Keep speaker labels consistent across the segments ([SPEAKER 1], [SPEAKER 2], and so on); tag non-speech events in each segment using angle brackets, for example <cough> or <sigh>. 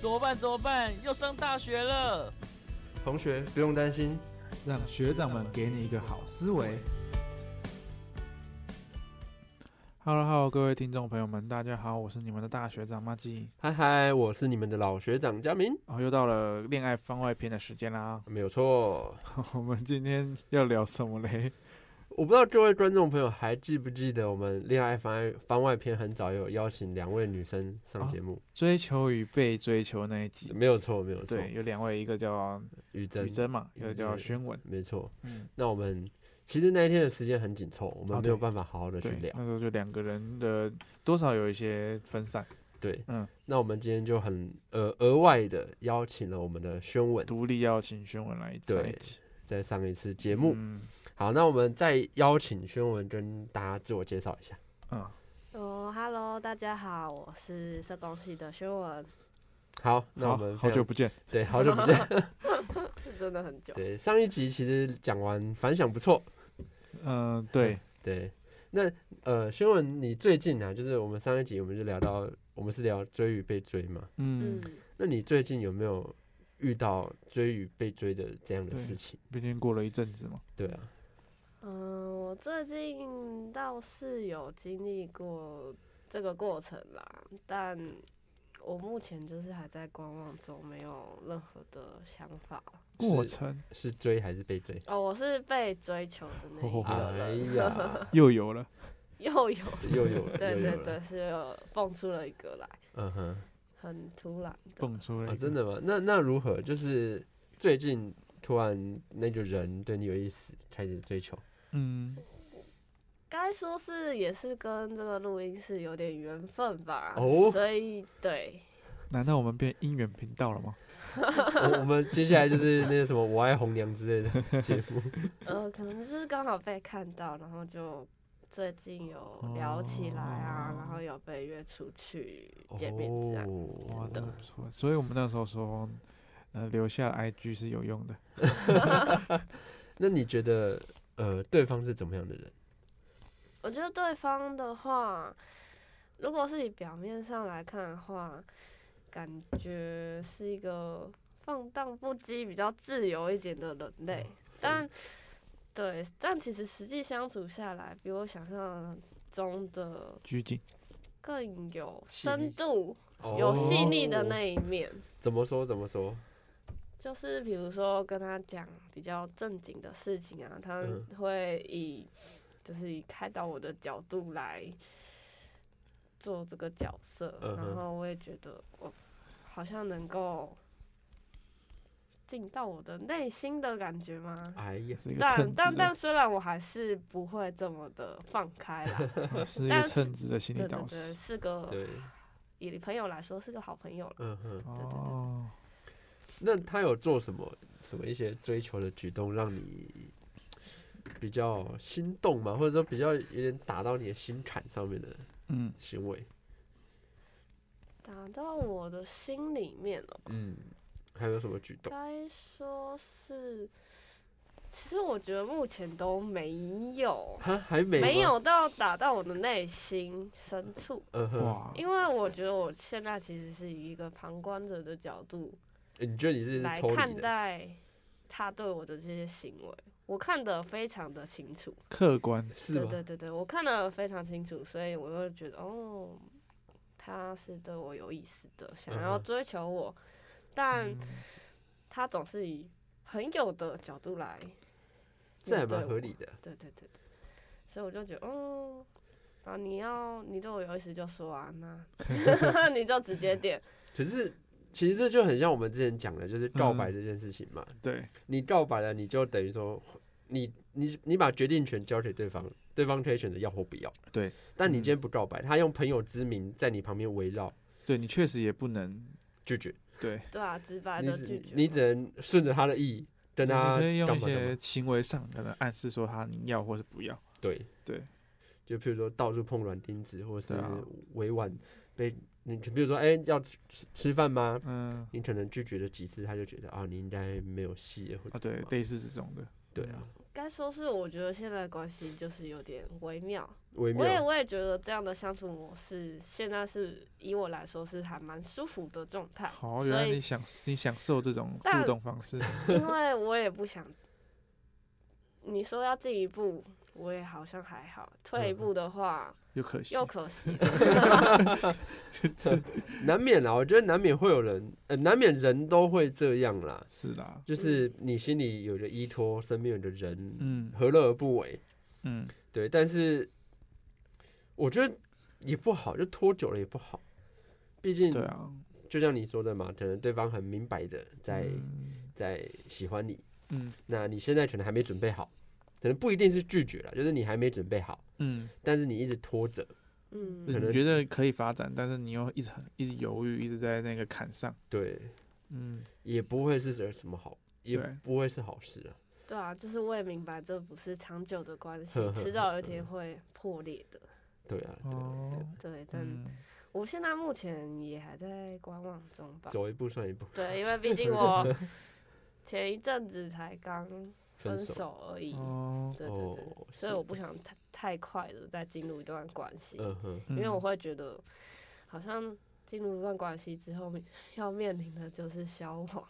[SPEAKER 1] 怎么办？怎么办？要上大学了！
[SPEAKER 2] 同学不用担心，
[SPEAKER 3] 让学长们给你一个好思维。Hello，Hello，各位听众朋友们，大家好，我是你们的大学长马季。
[SPEAKER 2] 嗨嗨，我是你们的老学长佳明，
[SPEAKER 3] 哦，又到了恋爱番外篇的时间啦。 <laughs>
[SPEAKER 2] 没有错。
[SPEAKER 3] 我们今天要聊什么嘞？ <laughs>
[SPEAKER 2] 我不知道各位观众朋友还记不记得我们恋爱番外番外篇很早有邀请两位女生上节目，
[SPEAKER 3] 追求与被追求那一集。
[SPEAKER 2] 没有错，没有错，
[SPEAKER 3] 对，有两位，一个叫
[SPEAKER 2] 于真
[SPEAKER 3] 雨，珍嘛，一个叫
[SPEAKER 2] 嗯
[SPEAKER 3] 宣文。
[SPEAKER 2] 没错。
[SPEAKER 3] 嗯，
[SPEAKER 2] 那我们其实那一天的时间很紧凑，我
[SPEAKER 3] 哦
[SPEAKER 2] 们没
[SPEAKER 3] 对
[SPEAKER 2] 有办法好好的去
[SPEAKER 3] 对，
[SPEAKER 2] 聊。
[SPEAKER 3] 那时候就两个人的多少有一些分散，
[SPEAKER 2] 对，
[SPEAKER 3] 嗯
[SPEAKER 2] 那我们今天就很呃额外的邀请了我们的宣文
[SPEAKER 3] 独立要请宣文来上一
[SPEAKER 2] 对
[SPEAKER 3] 集
[SPEAKER 2] 在上一次节目。
[SPEAKER 3] 嗯
[SPEAKER 2] 好，那我们再邀请宣文跟大家自我介绍一下。
[SPEAKER 3] 嗯，
[SPEAKER 4] 哦、h e l l o 大家好，我是社工系的薛文，
[SPEAKER 2] 好，那我
[SPEAKER 3] 好
[SPEAKER 2] 们
[SPEAKER 3] 好
[SPEAKER 2] 非常
[SPEAKER 3] 久不见。
[SPEAKER 2] 对好久不见。
[SPEAKER 4] 真的很久。
[SPEAKER 2] 对，上一集其实讲完反响不错。
[SPEAKER 3] 嗯，
[SPEAKER 2] <laughs>
[SPEAKER 3] 对，
[SPEAKER 2] 对，那呃，宣文，你最近啊，就是我们上一集我们就聊到，我们是聊追与被追嘛。
[SPEAKER 3] 嗯
[SPEAKER 4] 嗯，，
[SPEAKER 2] 那你最近有没有遇到追与被追的这样的
[SPEAKER 3] 对
[SPEAKER 2] 事情？
[SPEAKER 3] 毕竟过了一阵子嘛，
[SPEAKER 2] 对啊，
[SPEAKER 4] 嗯，我最近倒是有经历过这个过程啦，但我目前就是还在观望中，没有任何的想法。
[SPEAKER 2] 是
[SPEAKER 3] 过程
[SPEAKER 2] 是追还是被追？
[SPEAKER 4] 哦，我是被追求的那一个
[SPEAKER 2] 哎
[SPEAKER 4] 人，
[SPEAKER 2] 呀，
[SPEAKER 3] 又有了。
[SPEAKER 4] 又有，
[SPEAKER 2] 又有了，
[SPEAKER 4] <laughs> 对
[SPEAKER 2] 又有
[SPEAKER 4] 对
[SPEAKER 2] 了
[SPEAKER 4] 对，是有蹦出了一个来，
[SPEAKER 2] 嗯哼，
[SPEAKER 4] 很突然的。
[SPEAKER 3] 蹦出了、
[SPEAKER 2] 啊，真，的吗？那那如何？就是最近突然那个人对你有意思，开始追求，
[SPEAKER 3] 嗯，
[SPEAKER 4] 该说是也是跟这个录音室有点缘分吧，
[SPEAKER 2] 哦
[SPEAKER 4] 所以对，
[SPEAKER 3] 难道我们变姻缘频道了吗？
[SPEAKER 2] 我我们接下来就是那个什么“我爱红娘”之类的节目。 <laughs>
[SPEAKER 4] 呃，可能就是刚好被看到，然后就最近有聊起来啊，然后有被约出去见面这样。
[SPEAKER 2] 哦，
[SPEAKER 3] 哇，真
[SPEAKER 4] 真
[SPEAKER 3] 的
[SPEAKER 4] 的
[SPEAKER 3] 不错。所以我们那时候说，呃，留下 IG 是有用的。
[SPEAKER 2] 那你觉得呃，对方是怎么样的人？
[SPEAKER 4] 我觉得对方的话，如果是以表面上来看的话，感觉是一个放荡不羁、比较自由一点的人类，
[SPEAKER 2] 嗯
[SPEAKER 4] 但对，但其实实际相处下来，比我想象中的
[SPEAKER 3] 拘谨，
[SPEAKER 4] 更有
[SPEAKER 2] 细腻
[SPEAKER 4] 深度，
[SPEAKER 3] 哦
[SPEAKER 4] 有细腻的那
[SPEAKER 2] 哦
[SPEAKER 4] 一面。
[SPEAKER 2] 怎么说？怎么说？
[SPEAKER 4] 就是比如说跟他讲比较正经的事情啊，他
[SPEAKER 2] 嗯
[SPEAKER 4] 会以就是以开导我的角度来做这个角色，
[SPEAKER 2] 嗯哼
[SPEAKER 4] 然后我也觉得我好像能够进到我的内心的感觉吗？
[SPEAKER 2] 哎呀，
[SPEAKER 3] 是一个
[SPEAKER 4] 但
[SPEAKER 3] 称职
[SPEAKER 4] 但但
[SPEAKER 3] 的，
[SPEAKER 4] 虽然我还是不会这么的放开
[SPEAKER 2] <laughs>
[SPEAKER 4] 啦，
[SPEAKER 3] <laughs> 是一个
[SPEAKER 4] 但是
[SPEAKER 3] 称职的心
[SPEAKER 4] 对
[SPEAKER 3] 理
[SPEAKER 4] 对
[SPEAKER 3] 导
[SPEAKER 4] 对，
[SPEAKER 3] 师。
[SPEAKER 4] 是个
[SPEAKER 2] 对，
[SPEAKER 4] 以朋友来说是个好朋友了。
[SPEAKER 2] 嗯哼。
[SPEAKER 4] 对对
[SPEAKER 3] 哦，
[SPEAKER 2] 那他有做什么什么一些追求的举动，让你比较心动吗？或者说比较有点打到你的心坎上面的
[SPEAKER 3] 嗯，
[SPEAKER 2] 行为？
[SPEAKER 4] 打到我的心里面了。
[SPEAKER 2] 嗯，还有什么举动？
[SPEAKER 4] 该说是，其实我觉得目前都没有，
[SPEAKER 2] 哈，还没吗
[SPEAKER 4] 没。有到打到我的内心深处，
[SPEAKER 2] 嗯哼，
[SPEAKER 3] 哇，
[SPEAKER 4] 因为我觉得我现在其实是以一个旁观者的角度
[SPEAKER 2] 欸你觉得你是
[SPEAKER 4] 来
[SPEAKER 2] 抽
[SPEAKER 4] 看
[SPEAKER 2] 离的？
[SPEAKER 4] 待他对我的这些行为，我看得非常的清楚。
[SPEAKER 3] 客观，
[SPEAKER 2] 是
[SPEAKER 4] 对
[SPEAKER 2] 吗？
[SPEAKER 4] 对对对，我看得非常清楚，所以我就觉得哦，他是对我有意思的，想要
[SPEAKER 2] 嗯哼
[SPEAKER 4] 追求我，但。
[SPEAKER 3] 嗯
[SPEAKER 4] 他总是以很有的角度来面对我，
[SPEAKER 2] 这还蛮合理的。
[SPEAKER 4] 对。对对对，所以我就觉得，嗯，啊，你要你对我有意思就说啊，
[SPEAKER 2] <laughs>
[SPEAKER 4] 那 <laughs> 你就直接点，
[SPEAKER 2] 可是其实这就很像我们之前讲的，就是告白
[SPEAKER 3] 嗯
[SPEAKER 2] 这件事情嘛。
[SPEAKER 3] 对，
[SPEAKER 2] 你告白了，你就等于说，你你你把决定权交给对方，对方可以选择要或不要。
[SPEAKER 3] 对。
[SPEAKER 2] 但你
[SPEAKER 3] 嗯
[SPEAKER 2] 今天不告白，他用朋友之名在你旁边围绕
[SPEAKER 3] 对你确实也不能，
[SPEAKER 2] 拒绝，
[SPEAKER 3] 对，
[SPEAKER 4] 对啊，直白
[SPEAKER 2] 你
[SPEAKER 4] 的拒
[SPEAKER 2] 只
[SPEAKER 4] 绝嘛，
[SPEAKER 2] 你只能顺着他的意跟
[SPEAKER 3] 你
[SPEAKER 2] 他
[SPEAKER 3] 你可以用
[SPEAKER 2] 干
[SPEAKER 3] 一
[SPEAKER 2] 嘛干
[SPEAKER 3] 些
[SPEAKER 2] 嘛。
[SPEAKER 3] 行为上可能暗示说他你要或是不要。
[SPEAKER 2] 对
[SPEAKER 3] 对。
[SPEAKER 2] 就譬如说到处碰软钉子，或是
[SPEAKER 3] 对啊
[SPEAKER 2] 委婉被你，比如说哎、要吃吃吃饭吗？
[SPEAKER 3] 嗯，
[SPEAKER 2] 你可能拒绝了几次，他就觉得啊，你应该没有戏了，或者
[SPEAKER 3] 啊，对
[SPEAKER 2] 干，嘛
[SPEAKER 3] 类似这种的。
[SPEAKER 2] 对啊，
[SPEAKER 4] 该说是我觉得现在的关系就是有点微妙。
[SPEAKER 2] 微
[SPEAKER 4] 我也
[SPEAKER 2] 妙，
[SPEAKER 4] 我也觉得这样的相处模式，现在是以我来说是还蛮舒服的状
[SPEAKER 2] <laughs>
[SPEAKER 4] 态。
[SPEAKER 3] 好，
[SPEAKER 4] 所
[SPEAKER 3] 原来
[SPEAKER 4] 以
[SPEAKER 3] 你享你享受这种互
[SPEAKER 4] 但
[SPEAKER 3] 动方式，
[SPEAKER 4] 因为我也不想，你说要进一步，我也好像还好；退一
[SPEAKER 2] 嗯
[SPEAKER 4] 步的话，
[SPEAKER 3] 又可惜。
[SPEAKER 4] 又可惜了。 <laughs>
[SPEAKER 2] 难免啊啦，我觉得难免会有人，呃，难免人都会这样啦，
[SPEAKER 3] 是啦，
[SPEAKER 2] 就是你心里有个依托，身边有个人，
[SPEAKER 3] 嗯
[SPEAKER 2] 何乐而不为？
[SPEAKER 3] 嗯，
[SPEAKER 2] 对，但是我觉得也不好，就拖久了也不好，毕竟
[SPEAKER 3] 对啊，
[SPEAKER 2] 就像你说的嘛，可能对方很明白的在、
[SPEAKER 3] 嗯
[SPEAKER 2] 在喜欢你，
[SPEAKER 3] 嗯
[SPEAKER 2] 那你现在可能还没准备好，可能不一定是拒绝了，就是你还没准备好，
[SPEAKER 3] 嗯，
[SPEAKER 2] 但是你一直拖着，
[SPEAKER 4] 嗯，
[SPEAKER 2] 可能
[SPEAKER 3] 你觉得可以发展，但是你又一直很一直犹豫，一直在那个坎上。
[SPEAKER 2] 对，
[SPEAKER 3] 嗯，
[SPEAKER 2] 也不会是什什么好，也
[SPEAKER 3] 对
[SPEAKER 2] 不会是好事啊。，
[SPEAKER 4] 对啊，就是我也明白这不是长久的关系迟早有一天会破裂的。
[SPEAKER 2] 对啊，对啊对啊，，
[SPEAKER 3] 哦
[SPEAKER 4] 对，但
[SPEAKER 3] 嗯，
[SPEAKER 4] 我现在目前也还在观望中吧。
[SPEAKER 2] 走一步算一步，
[SPEAKER 4] 对，因为毕竟我前一阵子才刚分
[SPEAKER 2] 分手。
[SPEAKER 4] 手而已。
[SPEAKER 3] 哦，
[SPEAKER 4] 对对对，
[SPEAKER 2] 哦，
[SPEAKER 4] 所以
[SPEAKER 2] 是
[SPEAKER 4] 我不想太太快的再进入一段关系。
[SPEAKER 2] 嗯哼，
[SPEAKER 4] 因为
[SPEAKER 3] 嗯
[SPEAKER 4] 我会觉得，好像进入一段关系之后，要面临的就是消亡。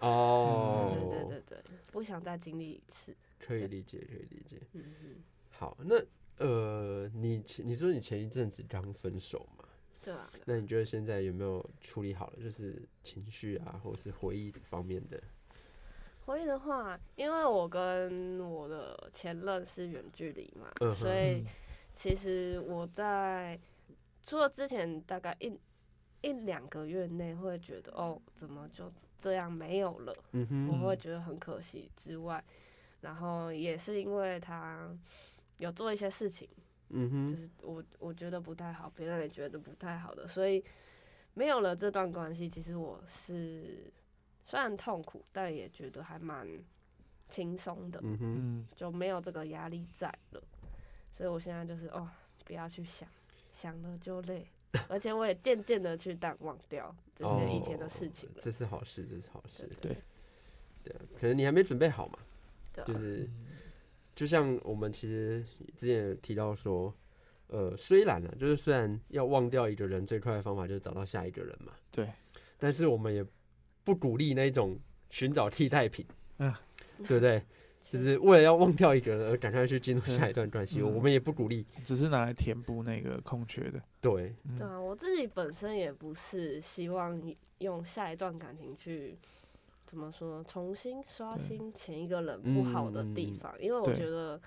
[SPEAKER 2] 哦，
[SPEAKER 4] 对对对对，不想再经历一次。
[SPEAKER 2] 可以理解，可以理解。
[SPEAKER 4] 嗯嗯，
[SPEAKER 2] 好，那呃，你前你说你前一阵子刚分手嘛？
[SPEAKER 4] 对啊。
[SPEAKER 2] 那你觉得现在有没有处理好了？就是情绪啊，或者是回忆方面的？
[SPEAKER 4] 回忆的话，因为我跟我的前任是远距离嘛，
[SPEAKER 2] 嗯哼
[SPEAKER 4] 所以其实我在除了之前大概一一两个月内会觉得哦，怎么就这样没有了。
[SPEAKER 2] 嗯哼，
[SPEAKER 4] 我会
[SPEAKER 3] 嗯
[SPEAKER 4] 觉得很可惜之外，然后也是因为他有做一些事情，
[SPEAKER 2] 嗯
[SPEAKER 4] 就
[SPEAKER 2] 哼，
[SPEAKER 4] 是我我觉得不太好，别人也觉得不太好的，所以没有了这段关系，其实我是虽然痛苦，但也觉得还蛮轻松的，
[SPEAKER 2] 嗯哼，
[SPEAKER 3] 嗯
[SPEAKER 4] 就没有这个压力在了，所以我现在就是哦，不要去想，想了就累。而且我也渐渐的去淡忘掉这些以前的事情了，
[SPEAKER 2] 这是好事，哦这是好事。
[SPEAKER 4] 对
[SPEAKER 3] 对
[SPEAKER 2] 对啊，可能你还没准备好嘛，
[SPEAKER 4] 对啊
[SPEAKER 2] 就是
[SPEAKER 3] 嗯
[SPEAKER 2] 就像我们其实之前有提到说。呃，虽然呢、就是虽然要忘掉一个人，最快的方法就是找到下一个人嘛。
[SPEAKER 3] 对，
[SPEAKER 2] 但是我们也不鼓励那种寻找替代品，
[SPEAKER 3] 嗯
[SPEAKER 2] <laughs> 对不对？就是为了要忘掉一个人而赶快去进入
[SPEAKER 3] 对
[SPEAKER 2] 下一段关系，
[SPEAKER 3] 嗯
[SPEAKER 2] 我们也不鼓励。
[SPEAKER 3] 只是拿来填补那个空缺的。
[SPEAKER 2] 对，
[SPEAKER 3] 嗯
[SPEAKER 4] 对啊，我自己本身也不是希望你用下一段感情去怎么说重新刷
[SPEAKER 3] 对
[SPEAKER 4] 新前一个人不好的地
[SPEAKER 2] 嗯嗯嗯
[SPEAKER 4] 方，因为我
[SPEAKER 3] 对
[SPEAKER 4] 觉得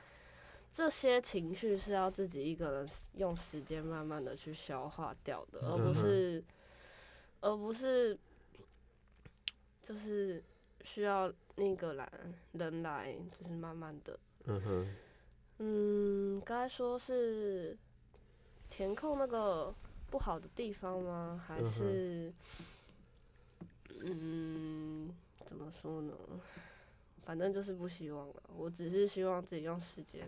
[SPEAKER 4] 这些情绪是要自己一个人用时间慢慢的去消化掉的，而
[SPEAKER 2] 嗯哼
[SPEAKER 4] 不是、而不是就是需要那个来人来就是慢慢的
[SPEAKER 2] 嗯哼，
[SPEAKER 4] 嗯，该说是填空那个不好的地方吗？还
[SPEAKER 2] 嗯哼
[SPEAKER 4] 是嗯，怎么说呢？反正就是不希望了。我只是希望自己用时间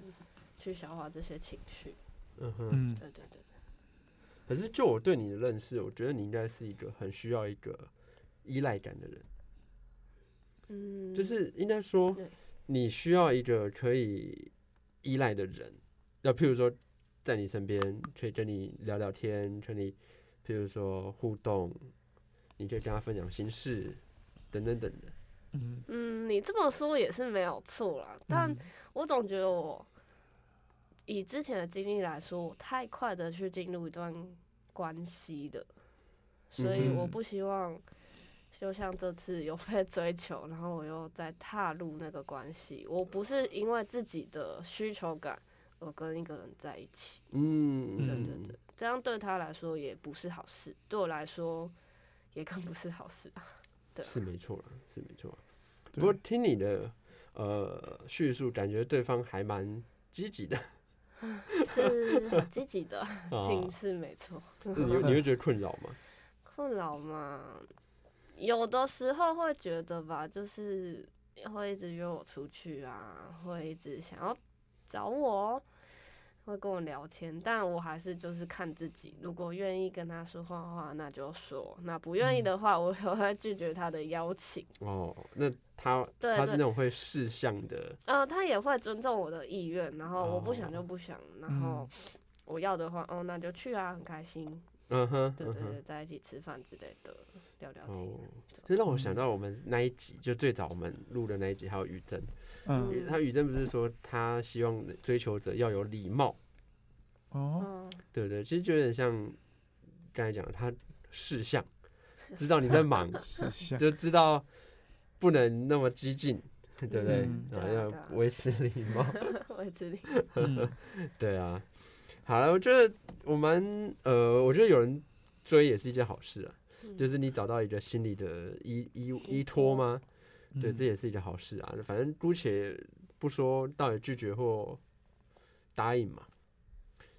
[SPEAKER 4] 去消化这些情绪。
[SPEAKER 2] 嗯哼。
[SPEAKER 3] 嗯，
[SPEAKER 4] 对对对，
[SPEAKER 2] 可是就我对你的认识，我觉得你应该是一个很需要一个依赖感的人，
[SPEAKER 4] 嗯，
[SPEAKER 2] 就是应该说
[SPEAKER 4] 对
[SPEAKER 2] 你需要一个可以依赖的人，那譬如说在你身边可以跟你聊聊天，跟你譬如说互动，你可以跟他分享心事等等等的。
[SPEAKER 3] 嗯，
[SPEAKER 4] 嗯，你这么说也是没有错啦，但
[SPEAKER 3] 嗯
[SPEAKER 4] 我总觉得我以之前的经历来说，我太快的去进入一段关系的，所以
[SPEAKER 2] 嗯哼
[SPEAKER 4] 我不希望就像这次有被追求，然后我又再踏入那个关系。我不是因为自己的需求感而跟一个人在一起，
[SPEAKER 2] 嗯，
[SPEAKER 4] 对
[SPEAKER 2] 嗯
[SPEAKER 4] 对对，这样对他来说也不是好事，对我来说也更不是好事啊。对
[SPEAKER 2] 是没错啦，是没错啦。不
[SPEAKER 3] 对
[SPEAKER 2] 过听你的呃叙述，感觉对方还蛮积极
[SPEAKER 4] <laughs>
[SPEAKER 2] 的
[SPEAKER 4] 是很积极的，
[SPEAKER 2] 啊，
[SPEAKER 4] 挺是没错。
[SPEAKER 2] 那你会你会觉得困扰吗？
[SPEAKER 4] 困扰嘛，有的时候会觉得吧，就是会一直约我出去啊，会一直想要找我，会跟我聊天，但我还是就是看自己，如果愿意跟他说话的话，那就说；那不愿
[SPEAKER 2] 嗯
[SPEAKER 4] 意的话，我 <laughs> 有会拒绝他的邀请。
[SPEAKER 2] 哦，那他
[SPEAKER 4] 对
[SPEAKER 2] 他是
[SPEAKER 4] 对
[SPEAKER 2] 那种会事项的，
[SPEAKER 4] 呃，他也会尊重我的意愿，然后我不想
[SPEAKER 2] 哦
[SPEAKER 4] 就不想，然后我要的话，哦，那就去啊，很开心，
[SPEAKER 2] 嗯哼，
[SPEAKER 4] 对
[SPEAKER 2] 嗯
[SPEAKER 4] 对
[SPEAKER 2] 哼。
[SPEAKER 4] 对，在一起吃饭之类的，聊聊
[SPEAKER 2] 哦
[SPEAKER 4] 天。，
[SPEAKER 2] 这让我想到我们那一集，就最早我们录的那一集，还有于真，
[SPEAKER 3] 嗯，
[SPEAKER 4] 嗯
[SPEAKER 2] 他于真不是说他希望追求者要有礼貌，
[SPEAKER 3] 哦，
[SPEAKER 4] 嗯， <laughs>
[SPEAKER 2] 对不对？其实就有点像刚才讲的，他事项知道你在
[SPEAKER 4] <laughs>
[SPEAKER 2] 忙，
[SPEAKER 4] 嗯
[SPEAKER 3] 是像
[SPEAKER 2] 就知道不能那么激进，对不对
[SPEAKER 3] 嗯？
[SPEAKER 2] 啊，
[SPEAKER 4] 对啊对啊
[SPEAKER 2] 要维持礼
[SPEAKER 4] <laughs>
[SPEAKER 2] 貌。
[SPEAKER 4] 我也知道。
[SPEAKER 3] <laughs> 嗯
[SPEAKER 2] 对啊，好了，我觉得我们呃，我觉得有人追也是一件好事啊，
[SPEAKER 4] 嗯
[SPEAKER 2] 就是你找到一个心理的依依依
[SPEAKER 4] 依
[SPEAKER 2] 托
[SPEAKER 4] 托
[SPEAKER 2] 吗？对，
[SPEAKER 3] 嗯
[SPEAKER 2] 这也是一件好事啊。反正姑且不说到底拒绝或答应嘛，